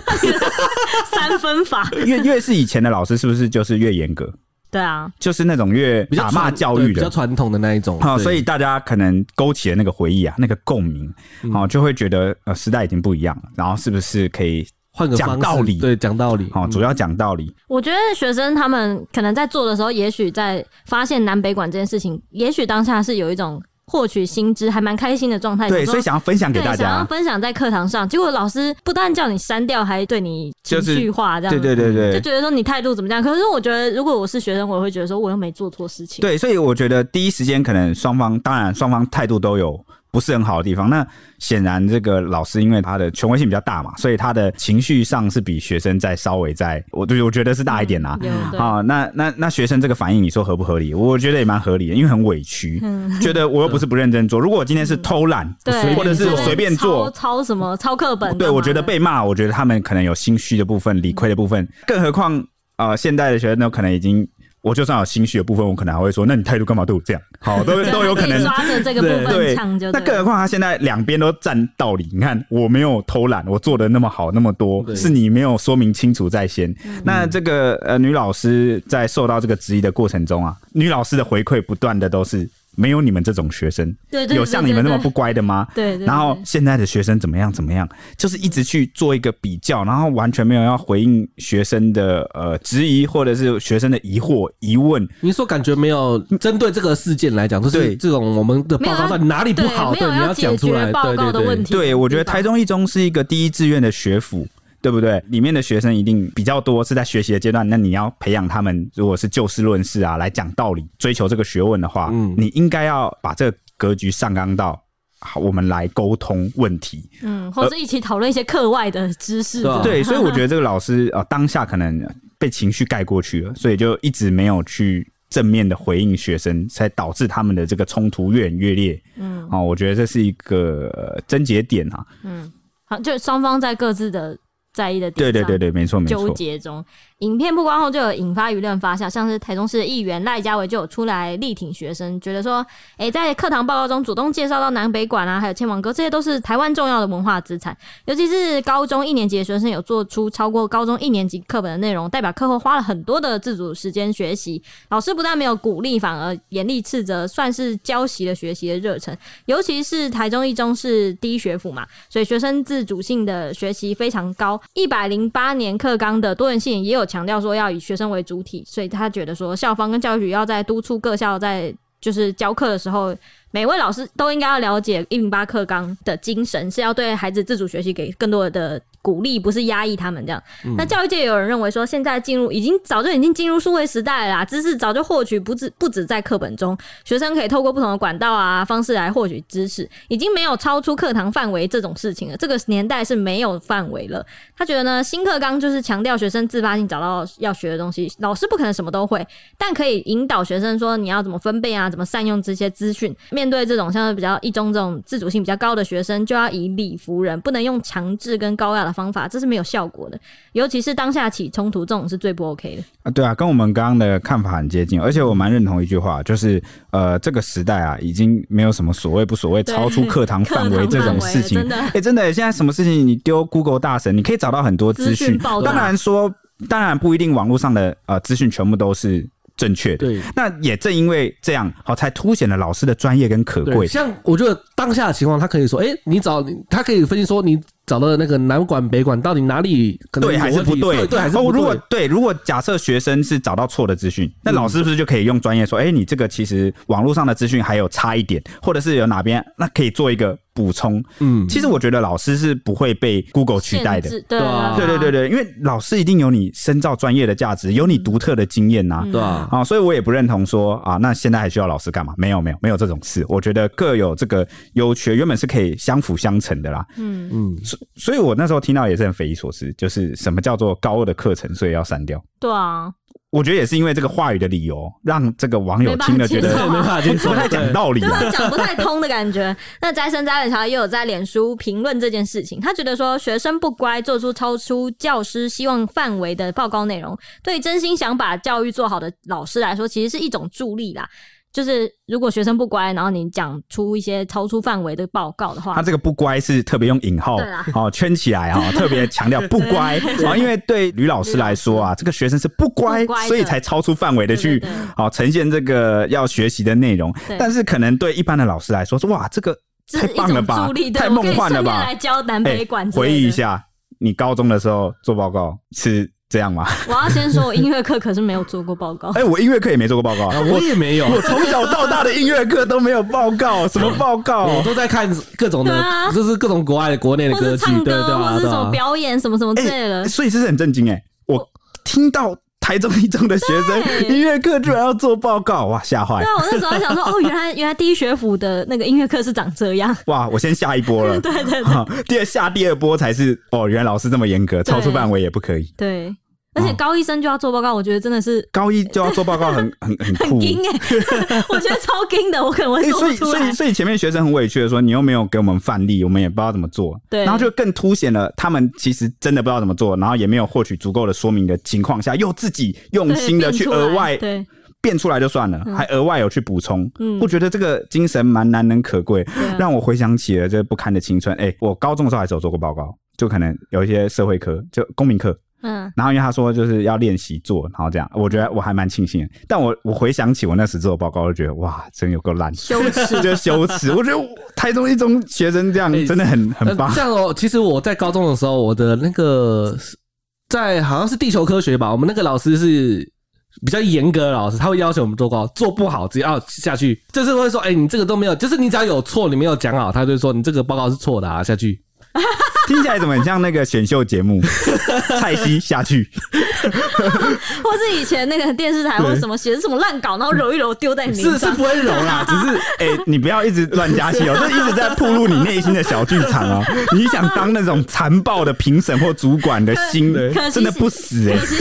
Speaker 2: 三分法。
Speaker 1: 越越是以前的老师，是不是就是越严格，
Speaker 2: 对啊，
Speaker 1: 就是那种越
Speaker 3: 比较
Speaker 1: 打骂
Speaker 3: 传
Speaker 1: 教
Speaker 3: 对
Speaker 1: 育
Speaker 3: 比
Speaker 1: 的
Speaker 3: 较，传统的那一种。
Speaker 1: 好、
Speaker 3: 对
Speaker 1: 所以大家可能勾起了那个回忆啊，那个共鸣，
Speaker 3: 嗯
Speaker 1: 好、就会觉得呃时代已经不一样了，然后是不是可以
Speaker 3: 换个方
Speaker 1: 讲
Speaker 3: 式
Speaker 1: 道理
Speaker 3: 对，嗯讲道理。
Speaker 1: 好、主要讲道理，
Speaker 2: 我觉得学生他们可能在做的时候，也许在发现南北管这件事情，也许当下是有一种获取新知还蛮开心的状态。
Speaker 1: 对，
Speaker 2: 有时候
Speaker 1: 所以想要分享给
Speaker 2: 哎对
Speaker 1: 大
Speaker 2: 想要
Speaker 1: 家，
Speaker 2: 分享在课堂上，结果老师不但叫你删掉，还对你情
Speaker 1: 就是
Speaker 2: 绪化这样。
Speaker 1: 对对对
Speaker 2: 就
Speaker 1: 对。
Speaker 2: 觉得说你态度怎么样？可是我觉得，如果我是学生，我也会觉得说我又没做错事情。
Speaker 1: 对，所以我觉得第一时间可能双方，当然双方态度都有不是很好的地方。那显然这个老师因为他的权威性比较大嘛，所以他的情绪上是比学生再稍微再，我对我觉得是大一点啦、
Speaker 2: 嗯有对
Speaker 1: 啊、那那那学生这个反应，你说合不合理？我觉得也蛮合理的，因为很委屈，觉得我又不是不认真做。如果我今天是偷懒，
Speaker 2: 嗯对，
Speaker 1: 或者是我随便做，
Speaker 2: 抄抄什么抄课本干嘛的。
Speaker 1: 对我觉得被骂，我觉得他们可能有心虚的部分、理亏的部分。更何况呃，现代的学生呢，可能已经。我就算有心虚的部分，我可能还会说，那你态度干嘛对我这样？好，都
Speaker 2: 对
Speaker 1: 都有可能
Speaker 2: 你抓着这个部分
Speaker 1: 对
Speaker 2: 唱就，
Speaker 1: 那
Speaker 2: 对
Speaker 1: 更何况他现在两边都占道理。你看，我没有偷懒，我做的那么好，那么多，
Speaker 3: 对
Speaker 1: 是你没有说明清楚在先。
Speaker 2: 嗯
Speaker 1: 那这个呃，女老师在受到这个质疑的过程中啊，女老师的回馈不断的都是没有你们这种学生，
Speaker 2: 对对对
Speaker 1: 有像你们那么不乖的吗？
Speaker 2: 对对对
Speaker 1: 然后现在的学生怎么样怎么样，就是一直去做一个比较，然后完全没有要回应学生的呃质疑或者是学生的疑惑疑问。
Speaker 3: 你说感觉没有针对这个事件来讲，就是
Speaker 1: 对
Speaker 3: 这种我们的
Speaker 2: 没
Speaker 3: 报
Speaker 2: 有
Speaker 3: 告
Speaker 2: 要
Speaker 3: 到底哪里不好，
Speaker 2: 对，
Speaker 3: 对，
Speaker 2: 没
Speaker 3: 你
Speaker 2: 有解
Speaker 3: 讲出来，
Speaker 2: 决报
Speaker 3: 对
Speaker 2: 告的
Speaker 3: 对
Speaker 2: 问
Speaker 3: 对。
Speaker 2: 题。
Speaker 1: 对，我觉得台中一中是一个第一志愿的学府。对不对？里面的学生一定比较多是在学习的阶段，那你要培养他们，如果是就事论事啊，来讲道理，追求这个学问的话，
Speaker 3: 嗯
Speaker 1: 你应该要把这个格局上纲到，好，我们来沟通问题。
Speaker 2: 嗯，或者一起讨论一些课外的知识。
Speaker 3: 对啊
Speaker 1: 对，所以我觉得这个老师呃，当下可能被情绪盖过去了，所以就一直没有去正面的回应学生，才导致他们的这个冲突越演越烈。嗯，啊、我觉得这是一个呃症结点啊。
Speaker 2: 嗯，好，就双方在各自的在意的点
Speaker 1: 对对
Speaker 2: 上
Speaker 1: 对对，没错没
Speaker 2: 纠
Speaker 1: 错。
Speaker 2: 结中。影片曝光后就有引发舆论发酵，像是台中市的议员赖家伟就有出来力挺学生，觉得说，诶、在课堂报告中主动介绍到南北馆啊，还有千王歌，这些都是台湾重要的文化资产。尤其是高中一年级的学生有做出超过高中一年级课本的内容，代表课后花了很多的自主时间学习。老师不但没有鼓励，反而严厉斥责，算是教习了学习的热忱。尤其是台中一中是第一学府嘛，所以学生自主性的学习非常高。一百零八年课纲的多元性也有强调说要以学生为主体，所以他觉得说校方跟教育局要在督促各校在就是教课的时候，每位老师都应该要了解一零八课纲的精神，是要对孩子自主学习给更多的鼓励，不是压抑他们这样。那教育界也有人认为说，现在进入已经早就已经进入数位时代了啦，啊知识早就获取不止不止在课本中，学生可以透过不同的管道啊方式来获取知识，已经没有超出课堂范围这种事情了。这个年代是没有范围了。他觉得呢，新课纲就是强调学生自发性找到要学的东西，老师不可能什么都会，但可以引导学生说你要怎么分辨啊，怎么善用这些资讯。面对这种像是比较一中这种自主性比较高的学生，就要以理服人，不能用强制跟高压的方法，这是没有效果的。尤其是当下起冲突这种是最不 OK 的。
Speaker 1: 啊，对啊，跟我们刚刚的看法很接近，而且我蛮认同一句话，就是呃，这个时代啊，已经没有什么所谓不所谓
Speaker 2: 对
Speaker 1: 超出课堂
Speaker 2: 课
Speaker 1: 范
Speaker 2: 堂
Speaker 1: 围这
Speaker 2: 范
Speaker 1: 种
Speaker 2: 围
Speaker 1: 事情
Speaker 2: 真的。
Speaker 1: 哎、真的、现在什么事情你丢 Google 大神，你可以找到很多
Speaker 2: 资
Speaker 1: 资
Speaker 2: 讯
Speaker 1: 讯。
Speaker 2: 爆炸
Speaker 1: 当然说，当然不一定网络上的呃资讯全部都是正确的。
Speaker 3: 对
Speaker 1: 那也正因为这样，好、才凸显了老师的专业跟可
Speaker 3: 对，
Speaker 1: 贵。
Speaker 3: 像我觉得当下的情况，他可以说，哎，你找他可以分析说，你找到那个南管北管到底哪里可能
Speaker 1: 对
Speaker 3: 有
Speaker 1: 还是
Speaker 3: 问
Speaker 1: 不
Speaker 3: 题
Speaker 1: 对？
Speaker 3: 对对还是
Speaker 1: 哦
Speaker 3: 不对。
Speaker 1: 如果对，如果假设学生是找到错的资讯，那老师是不是就可以用专业说，哎、你这个其实网络上的资讯还有差一点，或者是有哪边那可以做一个补充？
Speaker 3: 嗯，
Speaker 1: 其实我觉得老师是不会被 Google 取代的
Speaker 2: 限。制对
Speaker 3: 对啊
Speaker 1: 对对对对，因为老师一定有你深造专业的价值，有你独特的经验呐、
Speaker 2: 嗯
Speaker 3: 对啊，
Speaker 1: 啊、所以我也不认同说啊，那现在还需要老师干嘛？没有，没有，没有这种事。我觉得各有这个优缺，原本是可以相辅相成的啦。
Speaker 2: 嗯，
Speaker 3: 嗯，
Speaker 1: 所以我那时候听到也是很匪夷所思，就是什么叫做高二的课程，所以要删掉。
Speaker 2: 对啊，
Speaker 1: 我觉得也是因为这个话语的理由，让这个网友听了觉
Speaker 2: 没
Speaker 3: 对，
Speaker 1: 得
Speaker 2: 办法
Speaker 3: 没办法接受，
Speaker 1: 不太讲
Speaker 3: 对
Speaker 1: 道理
Speaker 2: 对
Speaker 1: 啊。
Speaker 2: 啊，讲不太通的感觉。 那斋生斋本乔也有在脸书评论这件事情，他觉得说学生不乖，做出超出教师希望范围的报告内容，对真心想把教育做好的老师来说，其实是一种助力啦。就是如果学生不乖，然后你讲出一些超出范围的报告的
Speaker 1: 他
Speaker 2: 话，
Speaker 1: 这个不乖是特别用引号
Speaker 2: 对啊啦
Speaker 1: 哦圈起来 哈、哦，特别强调不乖哦，因为对吕老师来说啊，这个学生是不乖，
Speaker 2: 不乖的
Speaker 1: 所以才超出范围的去
Speaker 2: 对对对
Speaker 1: 好、哦、呈现这个要学习的内容
Speaker 2: 对。
Speaker 1: 但是可能对一般的老师来说，说哇，这个
Speaker 2: 这
Speaker 1: 太
Speaker 2: 是一
Speaker 1: 棒了
Speaker 2: 种
Speaker 1: 吧
Speaker 2: 助力，，对
Speaker 1: 太
Speaker 2: 我可以
Speaker 1: 梦幻了
Speaker 2: 顺便
Speaker 1: 吧！哎
Speaker 2: 来教南北管之类的
Speaker 1: 回忆一下，你高中的时候做报告是这样吗？
Speaker 2: 我要先说，我音乐课可是没有做过 报告。
Speaker 1: 哎、我音乐课也没做过报告，
Speaker 3: 啊我也没有，
Speaker 1: 我从小到大的音乐课都没有报告，什么报
Speaker 3: 我
Speaker 1: 告？
Speaker 3: 都在看各种
Speaker 2: 对
Speaker 3: 的
Speaker 2: 啊，
Speaker 3: 就是各种国外的、国内的
Speaker 2: 或
Speaker 3: 歌
Speaker 2: 是
Speaker 3: 曲，
Speaker 2: 唱
Speaker 3: 对对
Speaker 2: 歌，
Speaker 3: 啊，
Speaker 2: 或是
Speaker 3: 对
Speaker 2: 什么
Speaker 3: 啊。
Speaker 2: 表演，什么什么之类的。
Speaker 1: 所以这是很震惊哎、我听到台中一中的学生
Speaker 2: 对
Speaker 1: 音乐课居然要做报告，哇，吓坏
Speaker 2: 对！啊，我那时候还想 说，哦，原来原来第一学府的那个音乐课是长这样。
Speaker 1: 哇，我先下一波了。
Speaker 2: 对对对
Speaker 1: 哈，第二下第二波才是哦，原来老师这么严格，超出范围也不可以。
Speaker 2: 对，而且高一生就要做报告，我觉得真的是
Speaker 1: 高一就要做报告很，很 很酷。
Speaker 2: 硬哎、我觉得超硬的，我可能
Speaker 1: 嗯哎、
Speaker 2: 会做
Speaker 1: 所
Speaker 2: 不
Speaker 1: 以
Speaker 2: 出
Speaker 1: 所
Speaker 2: 来
Speaker 1: 以。所以前面学生很委屈的说，你又没有给我们范例，我们也不知道怎么做，
Speaker 2: 对
Speaker 1: 然后就更凸显了他们其实真的不知道怎么做，然后也没有获取足够的说明的情况下，又自己用
Speaker 2: 对
Speaker 1: 心的去
Speaker 2: 变出来
Speaker 1: 额外
Speaker 2: 对
Speaker 1: 变出来就算了，
Speaker 2: 嗯
Speaker 1: 还额外有去补充，
Speaker 2: 嗯
Speaker 1: 我觉得这个精神蛮难能可贵，
Speaker 2: 对啊
Speaker 1: 让我回想起了这不堪的青春。哎、我高中的时候还是有做过报告，就可能有一些社会科，就公民课，
Speaker 2: 嗯，
Speaker 1: 然后因为他说就是要练习做，然后这样，我觉得我还蛮庆幸的。但我我回想起我那时做的报告，就觉得哇，真有够烂，羞耻， 就羞耻。我觉得我台中一中学生这样
Speaker 3: 哎
Speaker 1: 真的很很棒
Speaker 3: 呃。这样哦，其实我在高中的时候，我的那个在好像是地球科学吧，我们那个老师是。比较严格的老师，他会要求我们做报告，做不好直接要下去，就是会说，哎、你这个都没有，就是你只要有错，你没有讲好，他就说你这个报告是错的啊，下去。
Speaker 1: 听起来怎么很像那个选秀节 目？蔡西下去，
Speaker 2: 或是以前那个电视台或者什么写的什么烂稿，然后揉一揉丢在你
Speaker 3: 是
Speaker 2: 脸
Speaker 3: 是
Speaker 2: 上
Speaker 3: 不。会揉 啦，只是
Speaker 1: 哎、你不要一直乱加戏哦，这一直在暴露你内心的小剧场哦。你想当那种残暴的评审或主管的心
Speaker 3: 对
Speaker 2: 可，惜
Speaker 1: 真的不死哎、
Speaker 2: 可惜，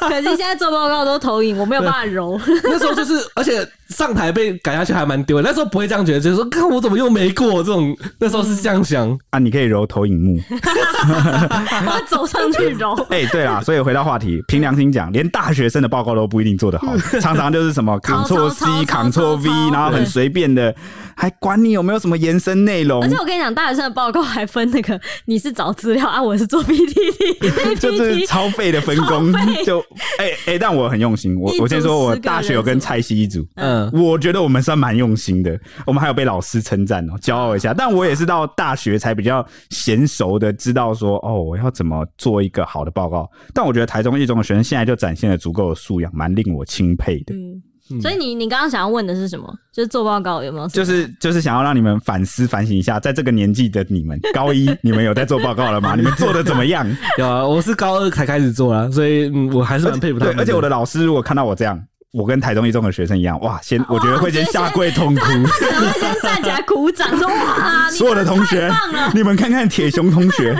Speaker 2: 可惜现在做报告都投影，我没有办 法揉。
Speaker 3: 那时候就是，而且上台被赶下去还蛮丢的。那时候不会这样觉得，就是说，看我怎么又没过这种。那时候是这样想，
Speaker 1: 啊，你可以揉投影 幕。
Speaker 2: 我走上去揉。
Speaker 1: 哎、对啦，所以回到话题，凭良心讲，连大学生的报告都不一定做得 好，常常就是什么 Ctrl
Speaker 2: 抄抄
Speaker 1: C、
Speaker 2: 抄
Speaker 1: Ctrl
Speaker 2: 抄
Speaker 1: V，
Speaker 2: 抄
Speaker 1: 然后很
Speaker 2: 对
Speaker 1: 随便的，还管你有没有什么延伸内容
Speaker 2: 而且，我跟你讲，大学生的报告还分那个你是找资料啊，我是 做 PPT，
Speaker 1: 就是超费的分工
Speaker 2: 超费，
Speaker 1: 就哎哎、但我很用心，我
Speaker 2: 一组
Speaker 1: 我先说，我
Speaker 2: 10个人
Speaker 1: 大学有
Speaker 2: 是
Speaker 1: 跟
Speaker 2: 吗
Speaker 1: 蔡西一组。
Speaker 3: 嗯，
Speaker 1: 我觉得我们算蛮用心的，我们还有被老师称赞哦，骄傲一下。但我也是到大学才比较娴熟的知道说，哦，我要怎么做一个好的报告。但我觉得台中一中的学生现在就展现了足够的素养，蛮令我钦佩的。
Speaker 2: 嗯，所以你你刚刚想要问的是什么？就是做报告有没有什
Speaker 1: 就
Speaker 2: 么？
Speaker 1: 是就是想要让你们反思反省一下，在这个年纪的你们，高一你们有在做报告了吗？你们做的怎么样？
Speaker 3: 有啊，我是高二才开始做啦，所以嗯，我还是蛮佩服他
Speaker 1: 对，
Speaker 3: 们
Speaker 1: 而且我的老师如果看到我这样，我跟台中一中的学生一样，哇，先我觉得会先
Speaker 2: 直接
Speaker 1: 下跪痛哭。
Speaker 2: 可能会先站起来鼓掌 说哇，你啊
Speaker 1: 所有的同学， 你们看看铁熊同学，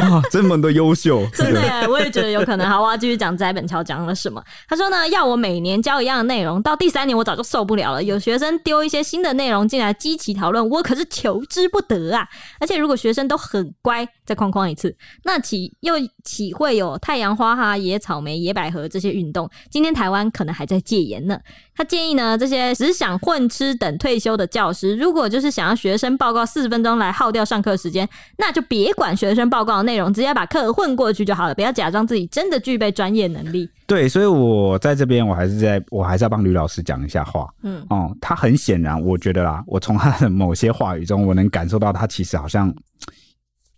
Speaker 1: 哇，这么的优 秀，
Speaker 2: 真的耶，我也觉得有可能。好，我要继续讲斋本桥讲了什么。他说呢，要我每年教一样的内容，到第三年我早就受不了了。有学生丢一些新的内容进来激起讨论，我可是求之不得啊！而且如果学生都很乖，再框框一次，那岂又岂会有太阳花哈、野草莓、野百合这些运动？今天台湾可能还在戒严呢。他建议呢，这些只想混吃等退休的教师，如果就是想要学生报告四十分钟来耗掉上课时间，那就别管学生报告的内容，直接把课混过去就好了，不要假装自己真的具备专业能力。
Speaker 1: 对，所以我在这边，我还是在我还是要帮吕老师讲一下话。
Speaker 2: 嗯，
Speaker 1: 哦、他很显然，我觉得啦，我从他的某些话语中，我能感受到他其实好像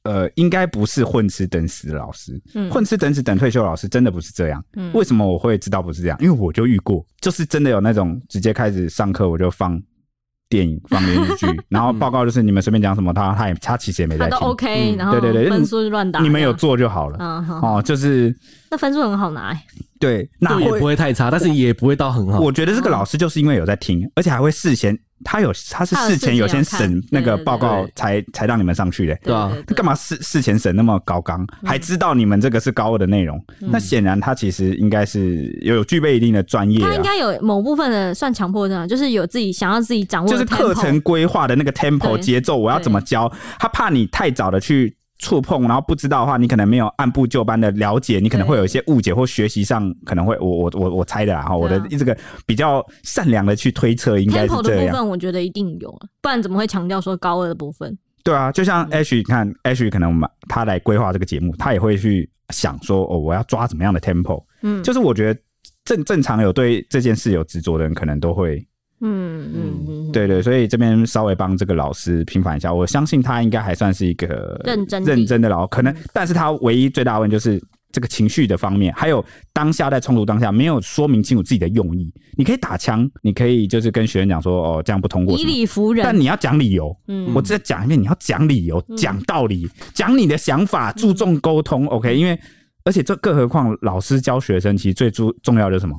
Speaker 1: 呃，应该不是混吃等死的老师，
Speaker 2: 嗯
Speaker 1: 混吃等死等退休的老师真的不是这样。
Speaker 2: 嗯
Speaker 1: 为什么我会知道不是这样？因为我就遇过，就是真的有那种直接开始上课我就放电影、放连续 剧，然后报告就是你们随便讲什么，他他也他其实也没
Speaker 2: 他
Speaker 1: 在
Speaker 2: 都
Speaker 1: 听。
Speaker 2: OK，、
Speaker 3: 嗯
Speaker 2: 然后
Speaker 1: 对对对，
Speaker 2: 分数就乱打。
Speaker 1: 你们有
Speaker 2: 这样？
Speaker 1: 做就好了。
Speaker 2: 嗯，好，
Speaker 1: 哦，就是
Speaker 2: 那分数很好拿、欸，
Speaker 1: 对，那
Speaker 3: 度也不会太差，但是也不会到很好。
Speaker 1: 啊我觉得这
Speaker 2: 嗯
Speaker 1: 个老师就是因为有在听，而且还会事先，他有他是
Speaker 2: 他有
Speaker 1: 事前有先
Speaker 2: 事前有
Speaker 1: 审
Speaker 2: 看
Speaker 1: 那个
Speaker 2: 对对
Speaker 1: 报告
Speaker 3: 对
Speaker 1: 才才让你们上去的。
Speaker 3: 对啊
Speaker 2: 对对嗯
Speaker 1: 他干嘛事事前审那么高纲，还知道你们这个是高二的内容？那显然他其实应该是有具备一定的专业
Speaker 2: 他应
Speaker 1: 啊，
Speaker 2: 该有某部分的算强迫症啊，就是有自己想要自己掌握
Speaker 1: 就是
Speaker 2: 的
Speaker 1: 课
Speaker 2: tempo，
Speaker 1: 程规划的那个 tempo
Speaker 2: 对
Speaker 1: 节奏，我要怎么教？他怕你太早的去。触碰，然后不知道的话，你可能没有按部就班的了解，你可能
Speaker 2: 对
Speaker 1: 会有一些误解，或学习上可能会，我我我我猜的啦哈，我的
Speaker 2: 对啊
Speaker 1: 这个比较善良的去推测，应该是
Speaker 2: tempo 的
Speaker 1: 这
Speaker 2: 部
Speaker 1: 样。
Speaker 2: 分，我觉得一定有啊，不然怎么会强调说高二的部分？
Speaker 1: 对啊，就
Speaker 2: 嗯
Speaker 1: 像 H，你看 H 可能我们他来规划这个节目，他也会去想说，哦，我要抓怎么样的 tempo。
Speaker 2: 嗯，
Speaker 1: 就是我觉得正正常有对这件事有执着的人，可能都会
Speaker 2: 嗯嗯嗯，
Speaker 1: 对对，所以这边稍微帮这个老师平反一下，我相信他应该还算是一个
Speaker 2: 认真的
Speaker 1: 认真的老，可能，但是他唯一最大的问题就是。这个情绪的方面，还有当下在冲突当下没有说明清楚自己的用意，你可以打枪，你可以就是跟学员讲说，哦，这样不通过
Speaker 2: 以
Speaker 1: 什么，
Speaker 2: 理服人
Speaker 1: 但，你要讲理由，
Speaker 2: 嗯
Speaker 1: 我再讲一遍，你要讲理由、讲道理、讲你的想法，注重沟通。OK，因为而且这更何况老师教学生，其实最重重要的是什么？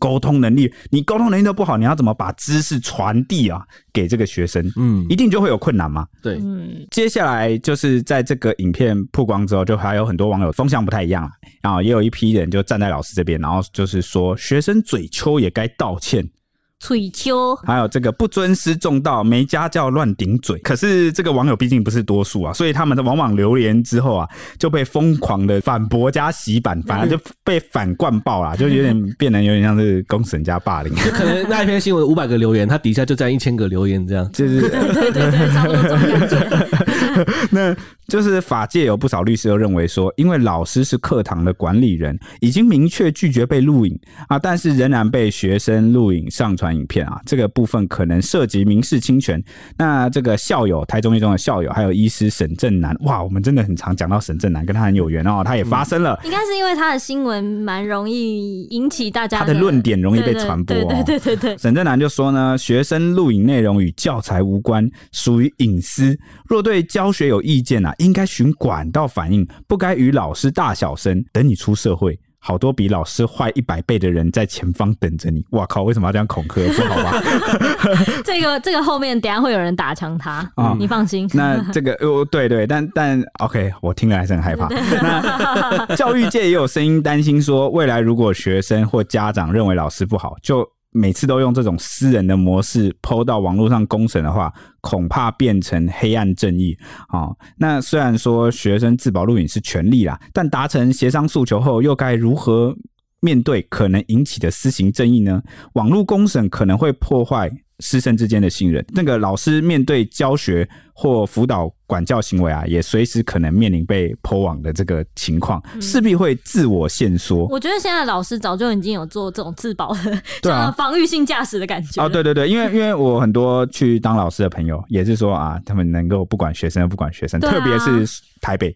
Speaker 1: 沟通能力，你沟通能力都不好，你要怎么把知识传递啊给这个学生？
Speaker 3: 嗯
Speaker 1: 一，定就会有困难嘛。
Speaker 3: 对，
Speaker 2: 嗯
Speaker 1: 接下来就是在这个影片曝光之后，就还有很多网友风向不太一样了，然后也有一批人就站在老师这边，然后就是说学生嘴丘也该道歉，
Speaker 2: 嘴丘，
Speaker 1: 还有这个不尊师重道、没家教、乱顶嘴。可是这个网友毕竟不是多数啊，所以他们的往往留言之后啊，就被疯狂的反驳加洗版，反而就被反灌爆啦，就有点变得有点像是公审加霸凌。
Speaker 3: 就可能那一篇新闻五百个留言，它底下就占一千个留言这样。
Speaker 1: 就是
Speaker 2: 对对对，差不多这种感觉。
Speaker 1: 那就是法界有不少律师都认为说，因为老师是课堂的管理人，已经明确拒绝被录影啊，但是仍然被学生录影上传影片啊，这个部分可能涉及民事侵权。那这个校友，台中一中的校友，还有医师沈正南，哇，我们真的很常讲到沈正南，跟他很有缘哦，他也发生了。
Speaker 2: 应该是因为他的新闻蛮容易引起大家
Speaker 1: 他的论点容易被传播、哦
Speaker 2: 对对对对对对，
Speaker 1: 沈正南就说呢，学生录影内容与教材无关，属于隐私。若对教学有意见啊，应该循管道反映，不该与老师大小声。等你出社会，好多比老师坏一百倍的人在前方等着你。哇靠，为什么要这样恐吓？不好吧？
Speaker 2: 这个这个后面等一下会有人打枪他
Speaker 1: 啊，
Speaker 2: 你放心。
Speaker 1: 那这个呃，对对，但但 OK，我听了还是很害怕。那教育界也有声音担心说，未来如果学生或家长认为老师不好，就每次都用这种私人的模式抛到网络上公审的话，恐怕变成黑暗正义啊、哦。那虽然说学生自保录影是权利啦，但达成协商诉求后，又该如何面对可能引起的私刑正义呢？网络公审可能会破坏师生之间的信任。那个老师面对教学或辅导管教行为啊，也随时可能面临被破网的这个情况，势必会自我限缩。
Speaker 2: 我觉得现在老师早就已经有做这种自保的，
Speaker 1: 对
Speaker 2: 像
Speaker 1: 啊
Speaker 2: 防御性驾驶的感觉。
Speaker 1: 哦，对对对，因为因为我很多去当老师的朋友也是说啊，他们能够不管学生不管学生，
Speaker 2: 对啊
Speaker 1: 特别是台 北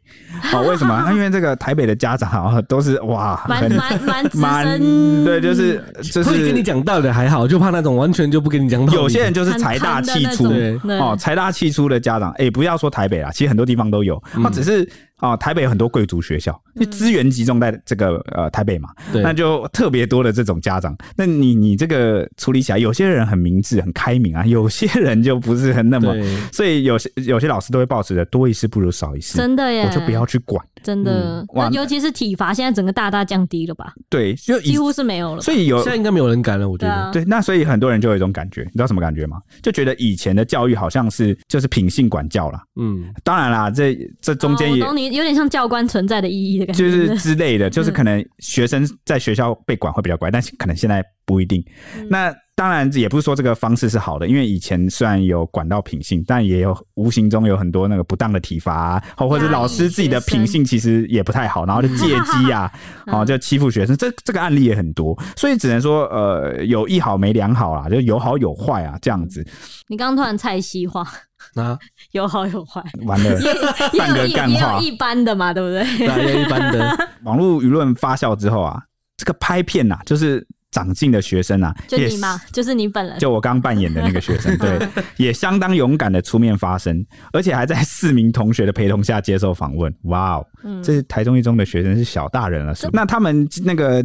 Speaker 1: 哦，为什么？啊因为这个台北的家长啊都是哇，
Speaker 2: 蛮
Speaker 1: 很
Speaker 2: 蛮蛮资
Speaker 1: 蛮
Speaker 2: 深，
Speaker 1: 对，就是就
Speaker 3: 会跟你
Speaker 1: 是
Speaker 3: 讲道理的还好，就怕那种完全就不跟你讲道理。
Speaker 1: 有些人就是财大气粗
Speaker 2: 很
Speaker 3: 贪的那种
Speaker 2: 对对
Speaker 1: 哦，财大气粗的家长，哎、不要说台北啦，其实很多地方都有，
Speaker 3: 嗯
Speaker 1: 那、只是啊、哦台北有很多贵族学校，
Speaker 2: 嗯
Speaker 1: 就资源集中在这个呃台北嘛，
Speaker 3: 对
Speaker 1: 那就特别多的这种家长。那你你这个处理起来，有些人很明智、很开明啊， 有些人就不是很那么，
Speaker 3: 对，
Speaker 1: 所以有些有些老师都会抱持着多一事不如少一事，
Speaker 2: 真的耶，
Speaker 1: 我就不要去管。
Speaker 2: 真的。
Speaker 1: 哇
Speaker 2: 那尤其是体罚，现在整个大大降低了吧？
Speaker 1: 对，就以
Speaker 2: 几乎是没有了吧。
Speaker 1: 所以有
Speaker 3: 现在应该没有人敢了，我觉
Speaker 2: 对
Speaker 3: 得。
Speaker 2: 啊，
Speaker 1: 对，那所以很多人就有一种感觉，你知道什么感觉吗？就觉得以前的教育好像是就是品性管教啦。
Speaker 3: 嗯，
Speaker 1: 当然啦，这这中间
Speaker 2: 哦
Speaker 1: 也、
Speaker 2: 我懂你，有点像教官存在的意义的感觉。
Speaker 1: 就是之类的，
Speaker 2: 嗯
Speaker 1: 就是可能学生在学校被管会比较乖，但是可能现在不一定。
Speaker 2: 嗯
Speaker 1: 那当然也不是说这个方式是好的，因为以前虽然有管到品性，但也有无形中有很多那个不当的体罚、啊，或或者
Speaker 2: 压抑
Speaker 1: 老师自己的
Speaker 2: 学生
Speaker 1: 品性其实也不太好，然后就借机 啊，
Speaker 2: 嗯
Speaker 1: 哦就欺负学生，这这个案例也很多，所以只能说呃有一好没两好啦，就有好有坏啊这样子。
Speaker 2: 你刚刚突然菜西化，
Speaker 3: 啊，
Speaker 2: 有好有坏，
Speaker 1: 完了，
Speaker 2: 也
Speaker 1: 半
Speaker 2: 有
Speaker 1: 个
Speaker 2: 一
Speaker 1: 干
Speaker 2: 也
Speaker 1: 话
Speaker 2: 有一般的嘛，对不对？
Speaker 3: 对啊，也有一般 的，
Speaker 1: 网络舆论发酵之后啊，这个拍片呐、就是长进的学生啊，
Speaker 2: 就
Speaker 1: 也
Speaker 2: 你嘛，就是你本 人。
Speaker 1: 就我刚扮演的那个学生，对，也相当勇敢的出面发声，而且还在四名同学的陪同下接受访问。哇哦，
Speaker 2: 嗯
Speaker 1: 这是台中一中的学生是小大人了，是吧那他们那个。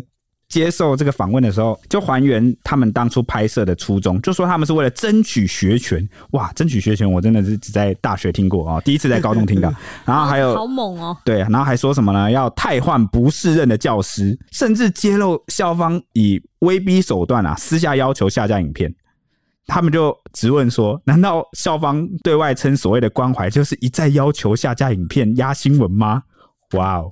Speaker 1: 接受这个访问的时候，就还原他们当初拍摄的初衷，就说他们是为了争取学权。哇，争取学权，我真的是只在大学听过啊、哦，第一次在高中听到。然后还有
Speaker 2: 好猛哦、
Speaker 1: 对，然后还说什么呢？要汰换不适任的教师，甚至揭露校方以威逼手段啊，私下要求下架影片。他们就质问说：难道校方对外称所谓的关怀，就是一再要求下架影片、压新闻吗？哇 哦，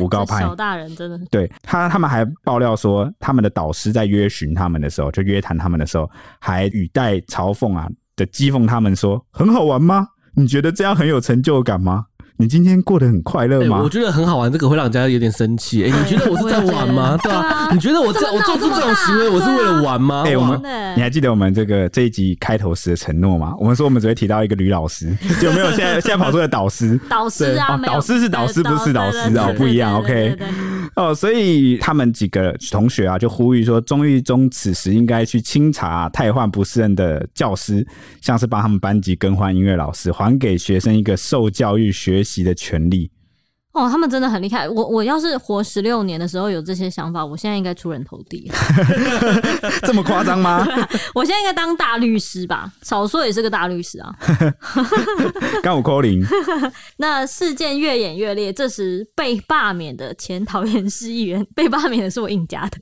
Speaker 1: 诬告
Speaker 2: 这
Speaker 1: 派
Speaker 2: 小大人真的
Speaker 1: 对他，他们还爆料说，他们的导师在约询他们的时候，就约谈他们的时候，还语带嘲讽啊的讥讽他们说：很好玩吗？你觉得这样很有成就感吗？你今天过得很快乐
Speaker 3: 哎
Speaker 1: 吗？
Speaker 3: 我觉得很好玩，这个会让人家有点生气。哎，你觉得我是在玩吗？对啊，你觉得我这
Speaker 2: 怎么
Speaker 3: 我
Speaker 2: 闹
Speaker 3: 做出这
Speaker 2: 这
Speaker 3: 种
Speaker 2: 么大啊
Speaker 3: 行为，我是为了玩吗？
Speaker 1: 哎我
Speaker 3: 哇
Speaker 1: 们
Speaker 2: 真的
Speaker 1: 你
Speaker 2: 欸，
Speaker 1: 还记得我们这个这一集开头时的承诺吗？我们说我们只会提到一个吕老师， 就没有现在现在跑出来的导师
Speaker 2: 导师啊，
Speaker 1: 对哦
Speaker 2: 没有
Speaker 1: 导师是导师
Speaker 2: 对
Speaker 1: 不是导师哦
Speaker 2: 对对
Speaker 1: 不一样
Speaker 2: 对对
Speaker 1: OK
Speaker 2: 对对对
Speaker 1: 哦，所以他们几个同学啊就呼吁说，中一中此时应该去清查汰换不适任的教师，像是帮他们班级更换音乐老师，还给学生一个受教育学习的权利。
Speaker 2: 哦，他们真的很厉害。我我要是活十六年的时候有这些想法，我现在应该出人头地。
Speaker 1: 这么夸张吗？
Speaker 2: 我现在应该当大律师吧，少说也是个大律师啊。
Speaker 1: 刚我扣零，
Speaker 2: 那事件越演越烈，这时被罢免的前桃园市议员，被罢免的是我应家的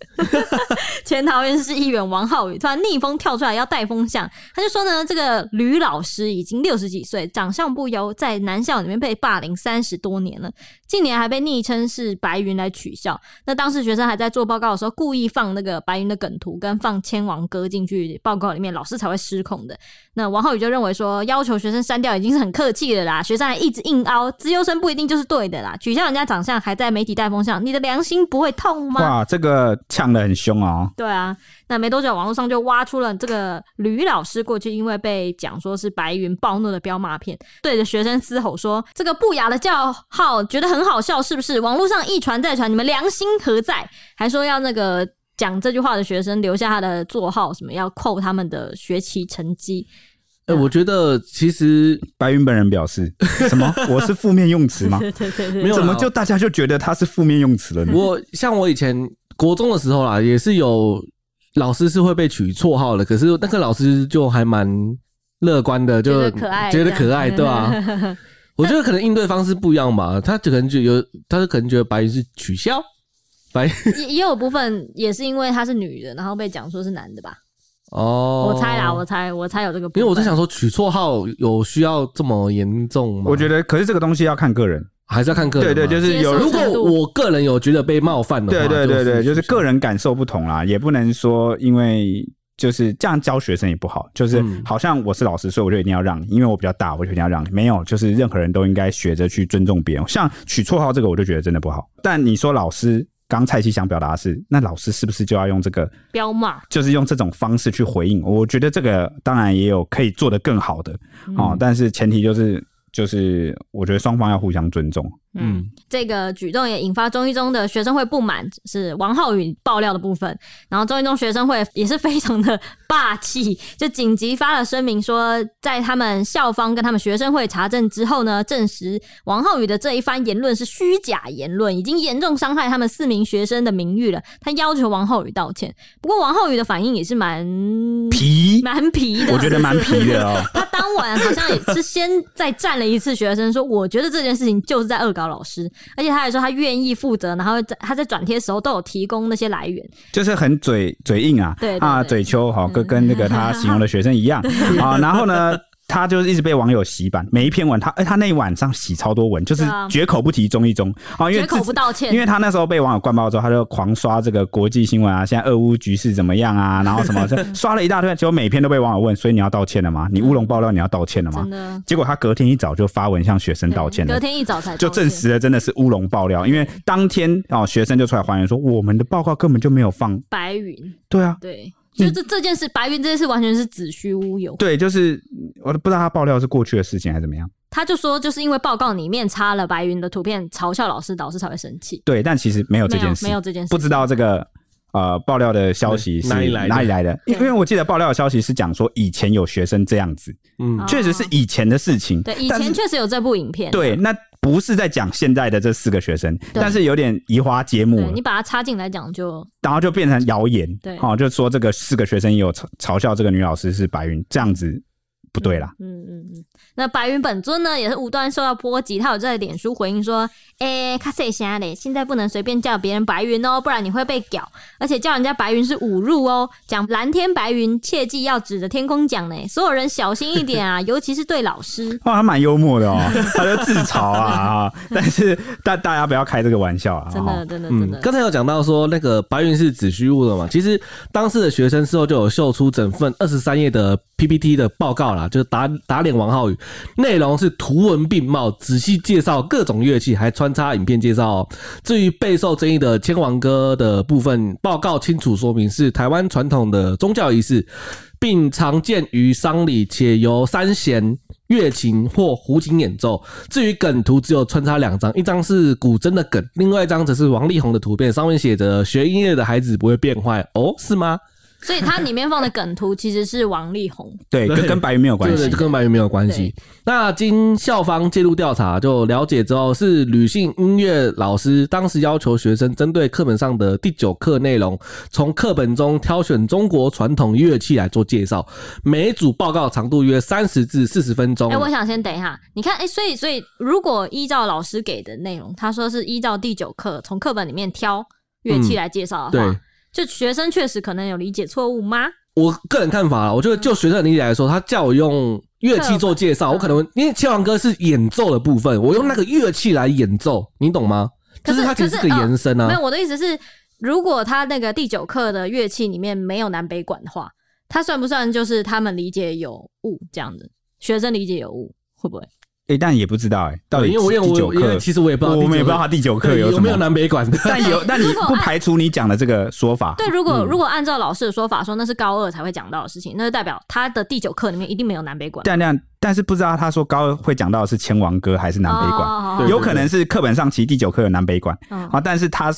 Speaker 2: 前桃园市议员王浩宇，突然逆风跳出来要带风向，他就说呢，这个吕老师已经六十几岁，长相不优，在南校里面被霸凌三十多年了，近年还被昵称是白云来取笑。那当时学生还在做报告的时候，故意放那个白云的梗图跟放千王歌进去报告里面，老师才会失控的。那王浩宇就认为说，要求学生删掉已经是很客气了啦，学生还一直硬凹，资优生不一定就是对的啦，取笑人家长相还在媒体带风向，你的良心不会痛吗？
Speaker 1: 哇，这个呛得很凶哦。
Speaker 2: 对啊，那没多久，网络上就挖出了这个吕老师过去因为被讲说是白云暴怒的彪骂片，对着学生嘶吼说：“这个不雅的叫号，觉得很好笑是不是？网络上一传再传，你们良心何在？”还说要那个讲这句话的学生留下他的座号，什么要扣他们的学习 成绩。
Speaker 3: 哎，我觉得其实
Speaker 1: 白云本人表 示，什么？我是负面用词吗？
Speaker 2: 对对对对，
Speaker 3: 没有啦
Speaker 1: 怎么就大家就觉得他是负面用词了呢？
Speaker 3: 我像我以前国中的时候啦，也是有老师是会被取绰号的，可是那个老师就还蛮乐观的，就
Speaker 2: 觉得可爱
Speaker 3: 觉得
Speaker 2: 这样
Speaker 3: 可爱，对吧、 我觉得可能应对方式不一样吧，他可能就有，他可能觉得白云是取消，白云
Speaker 2: 也也有部分也是因为她是女的，然后被讲说是男的吧？
Speaker 3: 哦，
Speaker 2: 我猜啦，我猜我猜有这个部
Speaker 3: 因
Speaker 2: 分，
Speaker 3: 为我在想说取绰号有需要这么严重吗？
Speaker 1: 我觉得，可是这个东西要看个人。
Speaker 3: 还是要看个人
Speaker 1: 对
Speaker 3: 嘛，
Speaker 1: 对，就是
Speaker 2: 接
Speaker 1: 有
Speaker 2: 受
Speaker 3: 如
Speaker 2: 程
Speaker 3: 果
Speaker 2: 度
Speaker 3: 我个人有觉得被冒犯的话，
Speaker 1: 对对对对，就是
Speaker 3: 取消
Speaker 1: 个人感受不同啦，也不能说因为就是这样教学生也不好，就是
Speaker 3: 嗯
Speaker 1: 好像我是老师，所以我就一定要让你，因为我比较大，我就一定要让你。没有，就是任何人都应该学着去尊重别人。像取绰号这个，我就觉得真的不好。但你说老师，刚蔡希想表达的是，那老师是不是就要用这个，
Speaker 2: 彪骂。
Speaker 1: 就是用这种方式去回应？我觉得这个当然也有可以做得更好的哦，但是前提就是就是我觉得双方要互相尊重。
Speaker 2: 嗯，这个举动也引发中一中的学生会不满，是王浩宇爆料的部分。然后中一中学生会也是非常的霸气，就紧急发了声明说，在他们校方跟他们学生会查证之后呢，证实王浩宇的这一番言论是虚假言论，已经严重伤害他们四名学生的名誉了。他要求王浩宇道歉，不过王浩宇的反应也是蛮
Speaker 1: 皮，
Speaker 2: 蛮皮的，
Speaker 1: 我觉得蛮皮的哦。
Speaker 2: 他当晚好像也是先再站了一次学生，说我觉得这件事情就是在恶搞老师，而且他还说他愿意负责，然后在他在转贴时候都有提供那些来源，
Speaker 1: 就是很嘴嘴硬啊，
Speaker 2: 对对
Speaker 1: 啊
Speaker 2: 对嗯
Speaker 1: 嘴丘哈，跟跟那个他形容的学生一 样啊。然后呢，他就是一直被网友洗版，每一篇文他，哎、他那一晚上洗超多文，就是
Speaker 2: 对啊
Speaker 1: 绝口不提中一中啊，因为
Speaker 2: 绝口
Speaker 1: 自
Speaker 2: 不道
Speaker 1: 因
Speaker 2: 歉。
Speaker 1: 为他那时候被网友灌爆之后，他就狂刷这个国际新闻啊，现在俄乌局势怎么样啊，然后什么 刷了一大堆，结果每篇都被网友问，所以你要道歉了吗？你乌龙爆料你要道歉了吗
Speaker 2: 嗯真？的
Speaker 1: 结果他隔天一早就发文向学生道歉了
Speaker 2: 隔，天一早才道歉
Speaker 1: 就证。实了真的是乌龙爆料，因为当天哦学生就出来还原说我们的报告根本就没有放，
Speaker 2: 白云
Speaker 1: 对啊，
Speaker 2: 对，就是这这件事，白云这件事完全是子虚乌有。
Speaker 1: 对，就是我都不知道他爆料是过去的事情还是怎么样。
Speaker 2: 他就说，就是因为报告里面插了白云的图片，嘲笑老师，老师才会生气。
Speaker 1: 对，但其实没有这
Speaker 2: 没有
Speaker 1: 件事，
Speaker 2: 没有这件事，啊
Speaker 1: 不知道这个呃爆料的消息是
Speaker 3: 哪里来的
Speaker 1: 哪里来的？因为因为我记得爆料的消息是讲说以前有学生这样子，
Speaker 3: 嗯
Speaker 2: 哦
Speaker 1: 确实是以前的事情。
Speaker 2: 对，以
Speaker 1: 但是
Speaker 2: 前确实有这部影片。
Speaker 1: 对，那不是在讲现在的这四个学生，但是有点移花接木
Speaker 2: 对
Speaker 1: 了
Speaker 2: 你，把它插进来讲就
Speaker 1: 然后就变成谣言。
Speaker 2: 对
Speaker 1: 哦，就说这个四个学生也有嘲嘲笑这个女老师是白云，这样子不对啦。
Speaker 2: 嗯嗯嗯。那白云本尊呢，也是无端受到波及，他有在脸书回应说：“哎、欸，卡塞虾嘞，现在不能随便叫别人白云哦，不然你会被屌，而且叫人家白云是侮辱哦。讲蓝天白云，切记要指着天空讲呢，所有人小心一点 啊，尤其是对老师。
Speaker 1: 哇，他蛮幽默的哦，他就自嘲啊啊！ 但是大大家不要开这个玩笑啊！
Speaker 2: 真
Speaker 1: 哦
Speaker 2: 的，真的，真
Speaker 3: 嗯
Speaker 2: 的，，
Speaker 3: 刚才有讲到说那个白云是子虚乌的嘛，其实当事的学生事后就有秀出整份二十三页的 PPT 的报告啦，就是打打脸王浩宇，内容是图文并茂，仔细介绍各种乐器，还穿插影片介绍、哦。至于备受争议的千王歌的部分，报告清楚说明是台湾传统的宗教仪式，并常见于丧礼，且由三弦。乐琴或胡琴演奏。至于梗图，只有穿插两张，一张是古筝的梗，另外一张则是王力宏的图片，上面写着“学音乐的孩子不会变坏”。哦，是吗？
Speaker 2: 所以它里面放的梗图其实是王力 宏。
Speaker 1: 对，跟
Speaker 3: 对
Speaker 1: 跟白云没有关
Speaker 3: 对
Speaker 1: 系
Speaker 3: 对，这。跟白云没有关系。那经校方介入调查，就了解之后，是吕姓音乐老师当时要求学生针对课本上的第九课内容，从课本中挑选中国传统乐器来做介绍。每一组报告长度约三十至四十分钟。
Speaker 2: 哎、我想先等一下，你看，哎、所以所以如果依照老师给的内容，他说是依照第九课从课本里面挑乐器
Speaker 3: 嗯
Speaker 2: 来介绍的话，
Speaker 3: 对。
Speaker 2: 就学生确实可能有理解错误吗？
Speaker 3: 我个人看法啦，我觉得就学生的理解来说，他叫我用乐器做介绍，
Speaker 2: 嗯
Speaker 3: 我可能会因为切王歌是演奏的部分，我用那个乐器来演奏，你懂吗？
Speaker 2: 可
Speaker 3: 就是它其实
Speaker 2: 可
Speaker 3: 是
Speaker 2: 是哦
Speaker 3: 个延伸
Speaker 1: 嗯
Speaker 3: 啊
Speaker 2: 没有，，我的意思是，如果他那个第九课的乐器里面没有南北管的话，他算不算就是他们理解有误这样子？学生理解有误会不会？
Speaker 1: 哎，但也不知道哎，到底
Speaker 3: 对因为我因
Speaker 1: 第
Speaker 3: 为
Speaker 1: 九
Speaker 3: 我因
Speaker 1: 课
Speaker 3: 为其实我也不知道，
Speaker 1: 我们也不知道他第九课有
Speaker 3: 有
Speaker 1: 什
Speaker 3: 没有
Speaker 1: 么，
Speaker 3: 南北管的，
Speaker 1: 但有，但你
Speaker 2: 如果
Speaker 1: 不
Speaker 2: 按
Speaker 1: 排除你讲的这个说法。
Speaker 2: 对，如果、
Speaker 3: 嗯
Speaker 2: 如果按照老师的说法说那是高二才会讲到的事情，那就代表他的第九课里面一定没有南北管。
Speaker 1: 但但但是不知道他说高二会讲到的是千王歌还是南北
Speaker 2: 哦
Speaker 1: 管，
Speaker 2: 好好好
Speaker 3: 对
Speaker 1: 有可能是课本上其实第九课有南北管
Speaker 2: 嗯
Speaker 1: 啊，但是他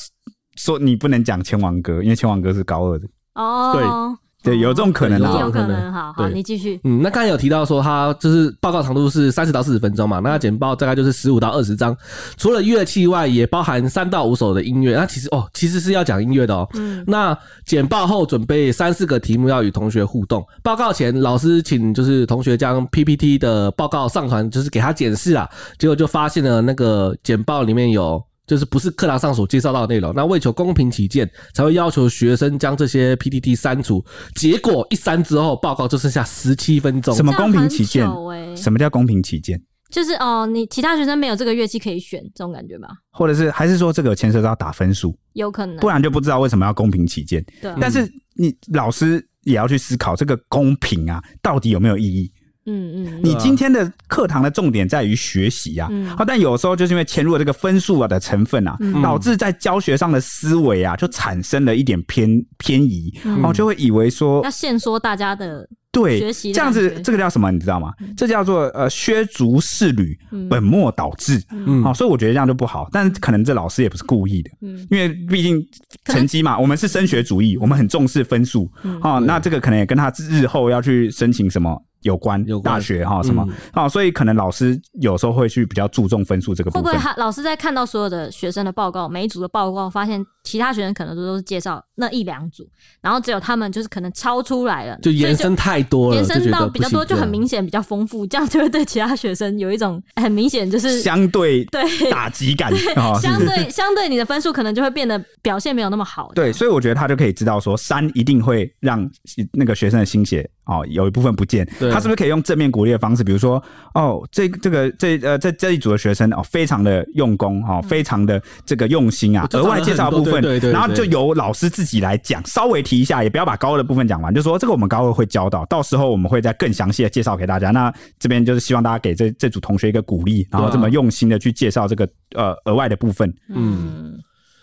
Speaker 1: 说你不能讲千王歌，因为千王歌是高二的，
Speaker 2: 哦，
Speaker 1: 对，有这种可能
Speaker 3: 对
Speaker 2: 也
Speaker 1: 啊
Speaker 2: 有。可
Speaker 3: 可
Speaker 2: 能，
Speaker 3: 能
Speaker 2: 好好，
Speaker 3: 对
Speaker 2: 你继续。
Speaker 3: 嗯，那刚才有提到说，它就是报告长度是三十到四十分钟嘛，那它简报大概就是十五到二十章。除了乐器外，也包含三到五首的音乐。那其实哦，其实是要讲音乐的哦。
Speaker 2: 嗯
Speaker 3: 那简报后准备三四个题目要与同学互动。报告前，老师请就是同学将 PPT 的报告上传，就是给他检视啊。结果就发现了那个简报里面有。就是不是课堂上所介绍到的内容，那为求公平起见，才会要求学生将这些 PPT 删除。结果一删之后，报告就剩下十七分钟
Speaker 1: 什。么公平起
Speaker 2: 这
Speaker 1: 见
Speaker 2: 样很久欸？
Speaker 1: 什么叫公平起见？
Speaker 2: 就是哦，你其他学生没有这个乐器可以选，这种感觉吧？
Speaker 1: 或者是还是说这个有牵涉到打分数，
Speaker 2: 有可能，
Speaker 1: 不然就不知道为什么要公平起见。
Speaker 2: 对啊，
Speaker 1: 但是你老师也要去思考这个公平啊，到底有没有意义？
Speaker 2: 嗯嗯嗯，
Speaker 1: 你今天的课堂的重点在于学习呀、啊，
Speaker 2: 嗯
Speaker 1: 好但有时候就是因为嵌入了这个分数啊的成分啊，
Speaker 2: 嗯
Speaker 1: 导致在教学上的思维啊，就产生了一点偏偏移，
Speaker 2: 嗯
Speaker 1: 然后就会以为说
Speaker 2: 要限缩大家的，
Speaker 1: 对
Speaker 2: 学习的
Speaker 1: 这样
Speaker 2: 感
Speaker 1: 子
Speaker 2: 觉，
Speaker 1: 这个叫什么？你知道吗？这叫做呃削足适履
Speaker 2: 嗯，
Speaker 1: 本末倒置。哦
Speaker 3: 嗯
Speaker 1: 好、所以我觉得这样就不好，但可能这老师也不是故意的，
Speaker 2: 嗯
Speaker 1: 因为毕竟成绩嘛，我们是升学主义，我们很重视分数
Speaker 2: 嗯
Speaker 1: 哦，那这个可能也跟他日后要去申请什么有关，
Speaker 3: 有关嗯
Speaker 1: 大学哈、什么哦，所以可能老师有时候会去比较注重分数这个
Speaker 2: 会
Speaker 1: 部
Speaker 2: 不会
Speaker 1: 分。
Speaker 2: 他老师在看到所有的学生的报告，每一组的报告，发现其他学生可能都都是介绍那一两组，然后只有他们就是可能超出来了，
Speaker 3: 就
Speaker 2: 所以
Speaker 3: 延伸太多了，
Speaker 2: 延伸
Speaker 3: 就觉
Speaker 2: 到
Speaker 3: 得
Speaker 2: 比较
Speaker 3: 不行啊
Speaker 2: 多，就很
Speaker 3: 这样
Speaker 2: 明显比较丰富，这样就会对其他学生有一种很明显就是
Speaker 1: 相对
Speaker 2: 对
Speaker 1: 打击感啊，哦是
Speaker 2: 相对相对你的分数可能就会变得表现没有那么好。
Speaker 1: 对，所以我觉得他就可以知道说，三一定会让那个学生的心血哦有一部分不见。
Speaker 3: 对
Speaker 1: 他是不是可以用正面鼓励的方式，比如说哦，这这个这呃这这一组的学生哦，非常的用功哦，
Speaker 3: 嗯
Speaker 1: 非常的这个用心啊，
Speaker 3: 就
Speaker 1: 额
Speaker 3: 长了
Speaker 1: 外介绍的部分，
Speaker 3: 很多对对对对
Speaker 1: 然后就由老师自己来讲，稍微提一下，也不要把高二的部分讲完，就说这个我们高二会教到，到时候我们会再更详细的介绍给大家。那这边就是希望大家给这这
Speaker 3: 啊
Speaker 1: 组同学一个鼓励，然后这么用心的去介绍这个呃额外的部分。
Speaker 3: 嗯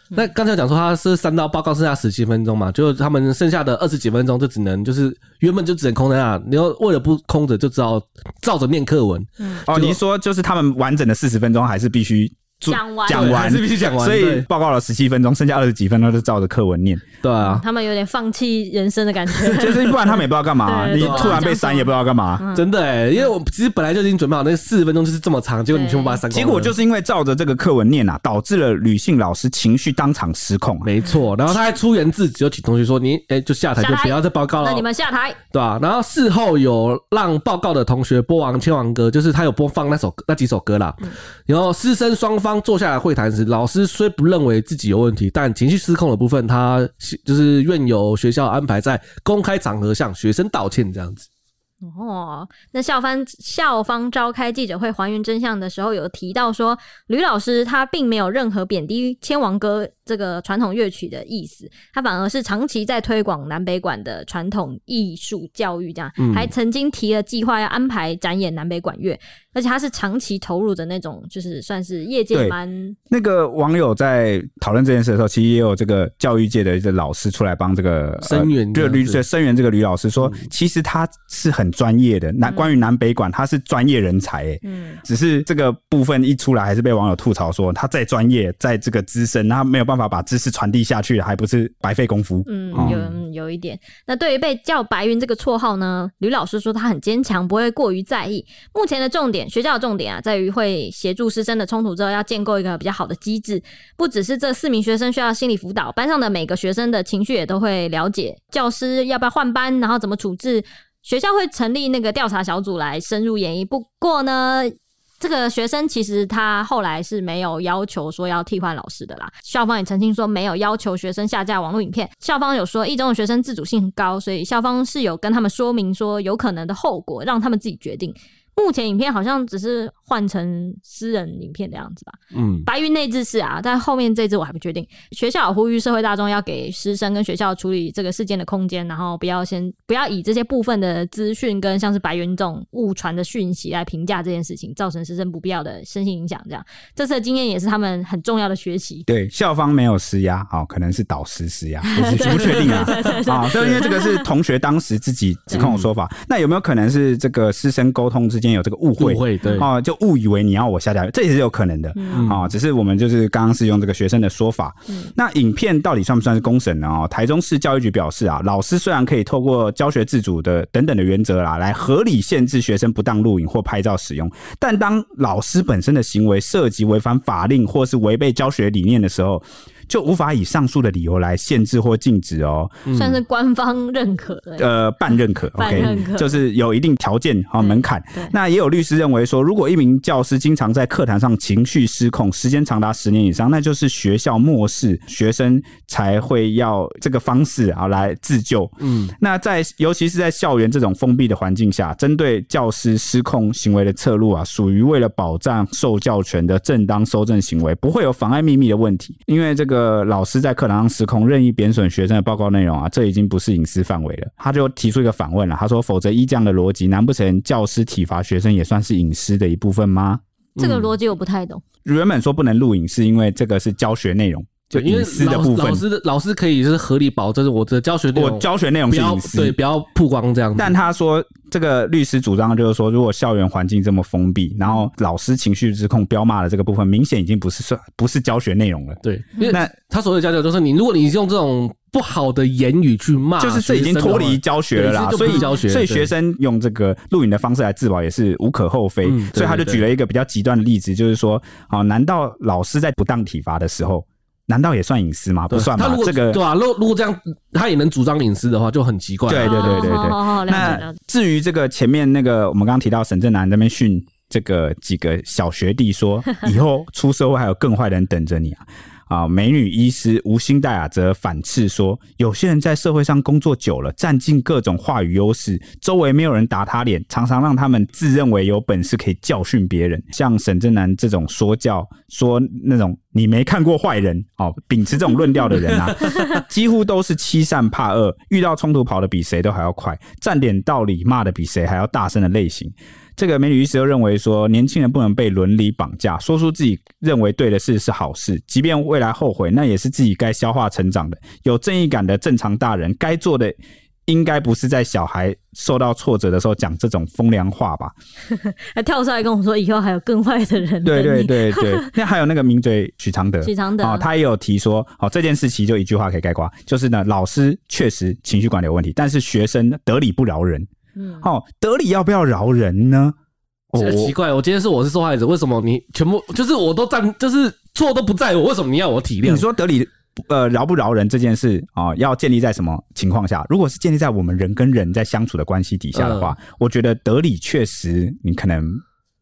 Speaker 3: 那刚才讲说他是三刀报告剩下十七分钟嘛，就他们剩下的二十几分钟就只能就是原本就只能空在那，然后为了不空着就只好照着念课文，
Speaker 1: 哦，你是说就是他们完整的四十分钟还是必须做
Speaker 2: 讲完
Speaker 1: 讲
Speaker 3: 对
Speaker 1: 完
Speaker 3: 还是，必须讲完，
Speaker 1: 所以
Speaker 3: 对
Speaker 1: 报告了十七分钟，剩下二十几分钟就照着课文 念，
Speaker 3: 对啊，
Speaker 2: 他们有点放弃人生的感觉。
Speaker 1: 就是不然他们也不知道干嘛、
Speaker 2: 对
Speaker 1: 你
Speaker 2: 对
Speaker 1: 突然被删也不知道干嘛、
Speaker 2: 嗯
Speaker 3: 真的哎、因为我其实本来就已经准备好那四十分钟就是这么长，结果你全部把它删光了，
Speaker 1: 结果就是因为照着这个课文念啊，导致了吕信老师情绪当场失控、啊。
Speaker 3: 没错，然后他还出言自己，就请同学说你哎、就下台
Speaker 2: 下
Speaker 3: 就
Speaker 2: 台
Speaker 3: 不要再报告了
Speaker 2: 那，你们下台，
Speaker 3: 对吧、然后事后有让报告的同学播王千王歌，就是他有播放那首那几首歌啦。
Speaker 2: 嗯
Speaker 3: 然后师生双方坐下来会谈时，老师虽不认为自己有问题，但情绪失控的部分，他就是愿由学校安排在公开场合向学生道歉这样子。
Speaker 2: 哦，那校方校方召开记者会还原真相的时候，有提到说，吕老师他并没有任何贬低千王歌这个传统乐曲的意思，他反而是长期在推广南北馆的传统艺术教育，这样，还曾经提了计划要安排展演南北管乐，而且他是长期投入的那种，就是算是业界
Speaker 1: 对
Speaker 2: 蛮
Speaker 1: 那个网友在讨论这件事的时候，其实也有这个教育界的一个老师出来帮这个
Speaker 3: 声援这
Speaker 1: 对
Speaker 3: 样子嗯
Speaker 1: 吕对声援这个吕老师说，其实他是很专业的，南关于南北馆他是专业人才、欸，
Speaker 2: 嗯
Speaker 1: 只是这个部分一出来，还是被网友吐槽说他再专业，在这个资深，他没有办法把知识传递下去，还不是白费功夫。
Speaker 2: 嗯
Speaker 1: 哦，
Speaker 2: 有嗯有一点。那对于被叫白云这个绰号呢，吕老师说他很坚强，不会过于在意。目前的重点，学校的重点啊，在于会协助师生的冲突之后，要建构一个比较好的机制。不只是这四名学生需要心理辅导，班上的每个学生的情绪也都会了解。教师要不要换班，然后怎么处置？学校会成立那个调查小组来深入研议。不过呢，这个学生其实他后来是没有要求说要替换老师的啦，校方也澄清说没有要求学生下架网络影片。校方有说一中的学生自主性很高，所以校方是有跟他们说明说有可能的后果，让他们自己决定。目前影片好像只是换成私人影片的样子吧，
Speaker 3: 嗯，
Speaker 2: 白云那只是啊，但后面这只我还不确定。学校有呼吁社会大众要给师生跟学校处理这个事件的空间，然后不要先不要以这些部分的资讯跟像是白云这种误传的讯息来评价这件事情，造成师生不必要的身心影响。这样，这次的经验也是他们很重要的学习。
Speaker 1: 对，校方没有施压，好、可能是导师施压，不是不确定啊。 啊，就因为这个是同学当时自己指控的说法，
Speaker 2: 嗯
Speaker 1: 那有没有可能是这个师生沟通之间有这个误会？
Speaker 3: 误会对
Speaker 1: 哦，就误以为你要我下架，这也是有可能的。
Speaker 2: 嗯
Speaker 1: 哦，只是我们就是刚刚是用这个学生的说法。
Speaker 2: 嗯
Speaker 1: 那影片到底算不算是公审呢？哦，台中市教育局表示啊，老师虽然可以透过教学自主的等等的原则啊啦，来合理限制学生不当录影或拍照使用，但当老师本身的行为涉及违反法令或是违背教学理念的时候，就无法以上述的理由来限制或禁止哦。
Speaker 2: 算是官方认可的、
Speaker 1: 呃半认可
Speaker 2: 半认可
Speaker 1: ，OK，就是有一定条件和、哦、
Speaker 2: 对
Speaker 1: 门槛
Speaker 2: 对。
Speaker 1: 那也有律师认为说，如果一名教师经常在课堂上情绪失控，时间长达十年以上，那就是学校漠视学生才会要这个方式啊来自救。
Speaker 3: 嗯，
Speaker 1: 那在尤其是在校园这种封闭的环境下，针对教师失控行为的侧录啊，属于为了保障受教权的正当搜证行为，不会有妨碍秘密的问题。因为这个老师在课堂上失控，任意贬损学生的报告内容啊，这已经不是隐私范围了。他就提出一个反问了，他说：“否则依这样的逻辑，难不成教师体罚学生也算是隐私的一部分吗
Speaker 2: 这个逻辑我不太懂。？”
Speaker 1: 原本说不能录影，是因为这个是教学内容，就
Speaker 3: 对因为
Speaker 1: 隐私的
Speaker 3: 老
Speaker 1: 部分
Speaker 3: 老。师的老师可以就是合理保证我的教学内
Speaker 1: 我
Speaker 3: 容
Speaker 1: 教学内容
Speaker 3: 不
Speaker 1: 是
Speaker 3: 要
Speaker 1: 隐私，
Speaker 3: 对不要曝光这样子，
Speaker 1: 但他说，这个律师主张就是说，如果校园环境这么封闭，然后老师情绪失控、彪骂的这个部分，明显已经不是算不是教学内容了。
Speaker 3: 对，因为
Speaker 1: 那
Speaker 3: 他所有的家教就是你，如果你用这种不好的言语去骂学
Speaker 1: 就
Speaker 3: 生的话，
Speaker 1: 是这已经脱离教学了啦，
Speaker 3: 对这
Speaker 1: 所
Speaker 3: 就不
Speaker 1: 以
Speaker 3: 是教学
Speaker 1: 所以
Speaker 3: 对
Speaker 1: 学生用这个录影的方式来自保也是无可厚非。
Speaker 3: 嗯对
Speaker 1: 所以他就
Speaker 3: 对
Speaker 1: 举了一个比较极端的例子，就是说，啊，难道老师在不当体罚的时候，难道也算隐私吗？不
Speaker 3: 对
Speaker 1: 算
Speaker 3: 他
Speaker 1: 吧
Speaker 3: 如，果
Speaker 1: 这个
Speaker 3: 对啊，如果如果这样，他也能主张隐私的话，就很奇怪。啊
Speaker 1: 对对对对对
Speaker 2: 哦好好好，了解了
Speaker 1: 那
Speaker 2: 解。
Speaker 1: 至于这个前面那个，我们刚刚提到沈正南那边训这个几个小学弟 说，以后出社会还有更坏的人等着你啊。啊，美女医师吴兴黛啊，则反斥说，有些人在社会上工作久了，占尽各种话语优势，周围没有人打他脸，常常让他们自认为有本事可以教训别人。像沈正南这种说教，说那种你没看过坏人哦，秉持这种论调的人 啊， 几乎都是欺善怕恶，遇到冲突跑得比谁都还要快，占点道理骂得比谁还要大声的类型。这个美女医师又认为说，年轻人不能被伦理绑架，说出自己认为对的事是好事，即便未来后悔，那也是自己该消化成长的。有正义感的正常大人该做的。应该不是在小孩受到挫折的时候讲这种风凉话吧？
Speaker 2: 还跳出来跟我说，以后还有更坏的 人。
Speaker 1: 对对，对 对，那还有那个名嘴许常德，
Speaker 2: 许常德
Speaker 1: 哦，他也有提说，哦，这件事其实就一句话可以概括，就是呢，老师确实情绪管理有问题，但是学生得理不饶人。
Speaker 2: 嗯，
Speaker 1: 哦，得理要不要饶人呢？哦
Speaker 3: 这奇怪，我今天是我是受害者，为什么你全部就是我都占，就是错都不在我，为什么你要我体
Speaker 1: 你
Speaker 3: 谅？
Speaker 1: 说得理呃饶不饶人这件事啊、哦要建立在什么情况下？如果是建立在我们人跟人在相处的关系底下的话，
Speaker 3: 嗯
Speaker 1: 我觉得得理确实你可能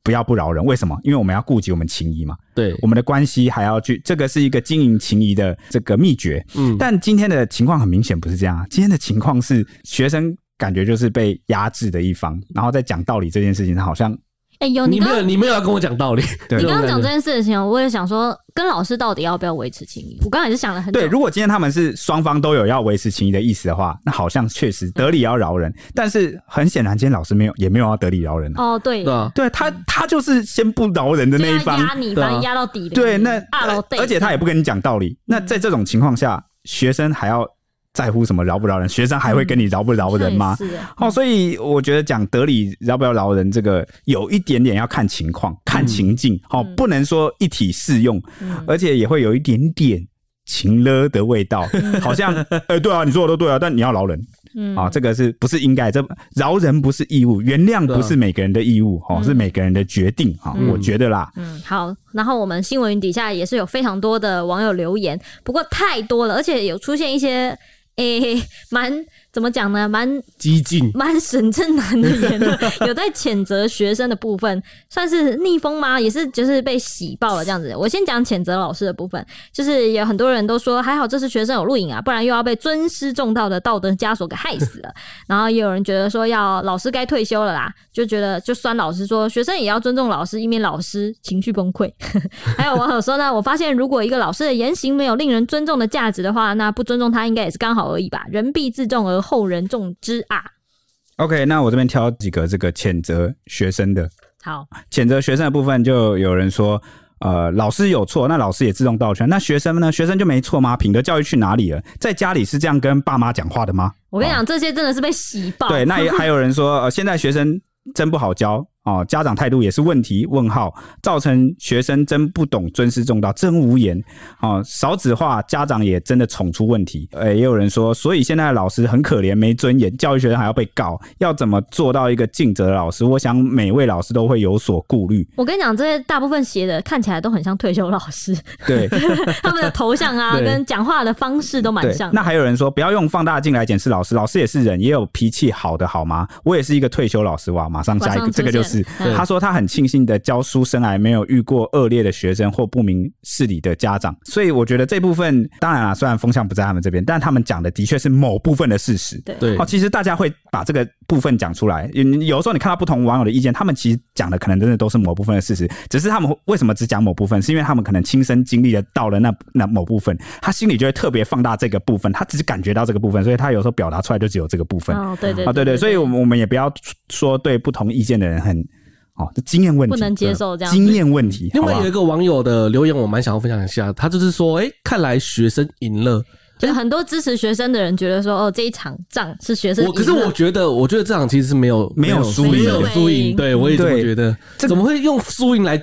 Speaker 1: 不要不饶人。为什么？因为我们要顾及我们情谊嘛，
Speaker 3: 对，
Speaker 1: 我们的关系还要去，这个是一个经营情谊的这个秘诀。
Speaker 3: 嗯，
Speaker 1: 但今天的情况很明显不是这样啊，今天的情况是学生感觉就是被压制的一方，然后在讲道理这件事情，他好像
Speaker 2: 哎、有
Speaker 3: 你
Speaker 2: 你
Speaker 3: 没
Speaker 2: 刚
Speaker 3: 有
Speaker 2: 刚
Speaker 3: 你没有要跟我讲道理，
Speaker 1: 对
Speaker 2: 你刚刚讲这
Speaker 3: 的，
Speaker 2: 件事情，我也想说，跟老师到底要不要维持情谊？我刚才也是想了很久。
Speaker 1: 对。如果今天他们是双方都有要维持情谊的意思的话，那好像确实得理要饶人，但是很显然今天老师没有也没有要得理饶人啊、
Speaker 2: 哦，对，
Speaker 3: 对啊，
Speaker 1: 对他他就是先不饶人的
Speaker 2: 就
Speaker 1: 那
Speaker 2: 要
Speaker 1: 一方，
Speaker 2: 哦压你，
Speaker 3: 对
Speaker 2: 把
Speaker 3: 啊
Speaker 2: 你压到底的。
Speaker 1: 对，那呃
Speaker 2: 二楼
Speaker 1: 而且他也不跟你讲道理。那在这种情况下，学生还要在乎什么饶不饶人？学生还会跟你饶不饶人吗？
Speaker 2: 这也是啊
Speaker 1: 哦，所以我觉得讲得理饶不饶人，这个有一点点要看情况、看情境，哦，不能说一体适用，
Speaker 2: 嗯
Speaker 1: 而且也会有一点点情了的味道，好像，呃，对啊，你说的都对啊，但你要饶人
Speaker 2: 嗯
Speaker 1: 啊，这个是不是应该？这饶人不是义务，原谅不是每个人的义务，哦，
Speaker 2: 啊嗯
Speaker 1: 是每个人的决定啊，
Speaker 3: 嗯
Speaker 1: 我觉得啦，
Speaker 2: 嗯，好。然后我们新闻云底下也是有非常多的网友留言，不过太多了，而且有出现一些诶蛮、怎么讲呢，蛮
Speaker 3: 激进，
Speaker 2: 蛮沈正男的言论，有在谴责学生的部分，算是逆风吗？也是就是被洗爆了这样子。我先讲谴责老师的部分，就是有很多人都说，还好这次学生有录影啊，不然又要被尊师重道的道德枷锁给害死了。然后也有人觉得说，要老师该退休了啦，就觉得就酸老师说，学生也要尊重老师，以免老师情绪崩溃。还有网友说呢，我发现如果一个老师的言行没有令人尊重的价值的话，那不尊重他应该也是刚好而已吧。人必自重而后人重之啊。
Speaker 1: OK，那我这边挑几个这个谴责学生的，
Speaker 2: 好，
Speaker 1: 谴责学生的部分，就有人说，呃，老师有错，那老师也自动道歉，那学生呢？学生就没错吗？品德教育去哪里了？在家里是这样跟爸妈讲话的吗？
Speaker 2: 我跟你
Speaker 1: 哦
Speaker 2: 讲，这些真的是被洗爆。
Speaker 1: 对，那也 还有人说，呃，现在学生真不好教哦，家长态度也是问题。问号，造成学生真不懂尊师重道，真无言哦，少子化，家长也真的宠出问题。呃，也有人说，所以现在的老师很可怜，没尊严，教育学生还要被告，要怎么做到一个尽责的老师？我想每位老师都会有所顾虑。
Speaker 2: 我跟你讲，这些大部分写的看起来都很像退休老 师，
Speaker 1: 对，
Speaker 2: 他们的头像啊，
Speaker 3: 对
Speaker 2: 跟讲话的方式都蛮
Speaker 1: 对，
Speaker 2: 像的。
Speaker 1: 那还有人说，不要用放大镜来检视老师，老师也是人，也有脾气好的好吗？我也是一个退休老师哇，马上下一
Speaker 2: 马
Speaker 1: 个，
Speaker 2: 上出
Speaker 1: 这
Speaker 2: 现嗯
Speaker 1: 个就是
Speaker 2: 对
Speaker 1: 他说他很庆幸的教书生涯没有遇过恶劣的学生或不明事理的家长，所以我觉得这部分当然啊啦，虽然风向不在他们这边，但他们讲的的确是某部分的事实。
Speaker 2: 对
Speaker 3: 对
Speaker 1: 哦，，其实大家会把这个部分讲出来。有有时候你看到不同网友的意见，他们其实讲的可能真的都是某部分的事实，只是他们为什么只讲某部分，是因为他们可能亲身经历了到了那那某部分，他心里就会特别放大这个部分，他只是感觉到这个部分，所以他有时候表达出来就只有这个部分。
Speaker 2: 哦，对对
Speaker 1: 啊，对对，所以我们我们也不要说对不同意见的人很哦，这经验问题
Speaker 2: 不能接受这样
Speaker 1: 经验问题，
Speaker 3: 另
Speaker 1: 好
Speaker 3: 外
Speaker 1: 不好
Speaker 3: 有一个网友的留言，我蛮想要分享一下，他就是说，哎、看来学生赢了。
Speaker 2: 就很多支持学生的人觉得说，哦，这一场仗是学生赢
Speaker 3: 我可
Speaker 2: 了。
Speaker 3: 是我觉得，我觉得这场其实是没有
Speaker 1: 没有输赢
Speaker 3: 没有
Speaker 1: 没有
Speaker 3: 输
Speaker 2: 赢
Speaker 3: 赢，对我也这么
Speaker 1: 对
Speaker 3: 觉得。
Speaker 1: 这
Speaker 3: 怎么会用输赢来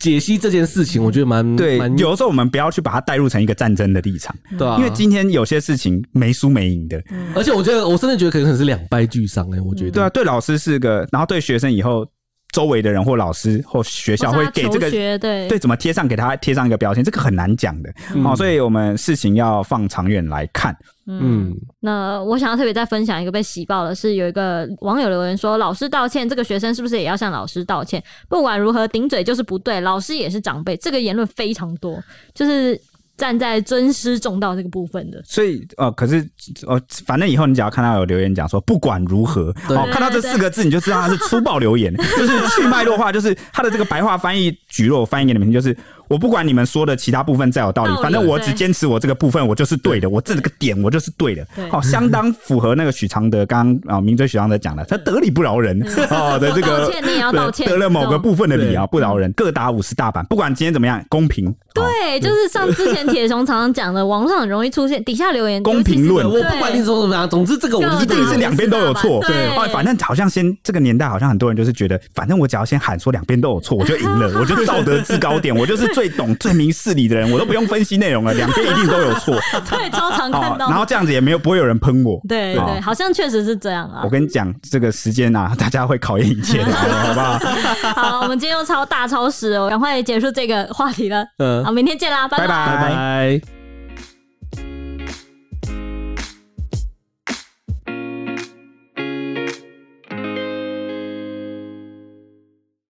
Speaker 3: 解析这件事情？我觉得蛮
Speaker 1: 对，
Speaker 3: 蛮
Speaker 1: 有的时候我们不要去把它带入成一个战争的立场，
Speaker 3: 对啊，
Speaker 1: 因为今天有些事情没输没赢的，
Speaker 3: 而且我觉得，我真的觉得可能是两败俱伤哎、我觉
Speaker 1: 对
Speaker 2: 嗯
Speaker 3: 得。
Speaker 1: 啊，对老师是个，然后对学生以后周围的人或老师或学校
Speaker 2: 或
Speaker 1: 会
Speaker 2: 是他
Speaker 1: 给这
Speaker 2: 求
Speaker 1: 个
Speaker 2: 学对
Speaker 1: 对怎么贴上给他贴上一个标签，这个很难讲的、
Speaker 3: 嗯
Speaker 1: 哦，所以我们事情要放长远来看。
Speaker 3: 嗯，
Speaker 2: 那我想要特别再分享一个被洗爆的是，有一个网友留言说：“老师道歉，这个学生是不是也要向老师道歉？不管如何，顶嘴就是不对，老师也是长辈。”这个言论非常多，就是站在尊师重道这个部分的。
Speaker 1: 所以呃，可是呃，反正以后你只要看到有留言讲说不管如何
Speaker 3: 对
Speaker 1: 哦，看到这四个字你就 知道他是粗暴留言，就是去脉络化，就是他的这个白话翻译举若我翻译给你们听，就是我不管你们说的其他部分再有道理
Speaker 2: 道，理
Speaker 1: 反正我只
Speaker 2: 对
Speaker 1: 坚持我这个部分，我就是对的，我这个点我就是对的
Speaker 2: 对。
Speaker 1: 好、相当符合那个许常德刚刚啊，名嘴许常德讲的，他得理不饶人 哦的这个
Speaker 2: 道歉你也要道歉
Speaker 1: 得了某个部分的理啊，
Speaker 3: 对
Speaker 1: 不饶人，各打五十大板，不管今天怎么样，公平。好
Speaker 2: 对，就是像之前铁熊常常讲的，网络上很容易出现底下留言
Speaker 1: 公平论
Speaker 3: 对我不管你怎么怎么样，总之这个我
Speaker 2: 嗯
Speaker 3: 就是
Speaker 1: 一
Speaker 3: 对
Speaker 1: 定是两边都有错，
Speaker 2: 对
Speaker 1: 哦，反正好像先这个年代，好像很多人就是觉得，反正我只要先喊说两边都有错，我就赢了，我就道德制高点，我就是最懂、最明事理的人，我都不用分析内容了，两边一定都有 错，
Speaker 2: 对，超常
Speaker 1: 哦
Speaker 2: 看，
Speaker 1: 然后
Speaker 2: 到。
Speaker 1: 这样子也没有不会有人喷我，
Speaker 2: 对
Speaker 1: 哦
Speaker 2: 对，好像确实是这样啊
Speaker 1: 我。跟你讲，这个时间啊，大家会考验一切 的，好不好？
Speaker 2: 好，我们今天又超大超时哦，赶快结束这个话题了。
Speaker 3: 嗯
Speaker 2: 好，明天见啦，拜
Speaker 1: 拜拜
Speaker 3: 拜拜。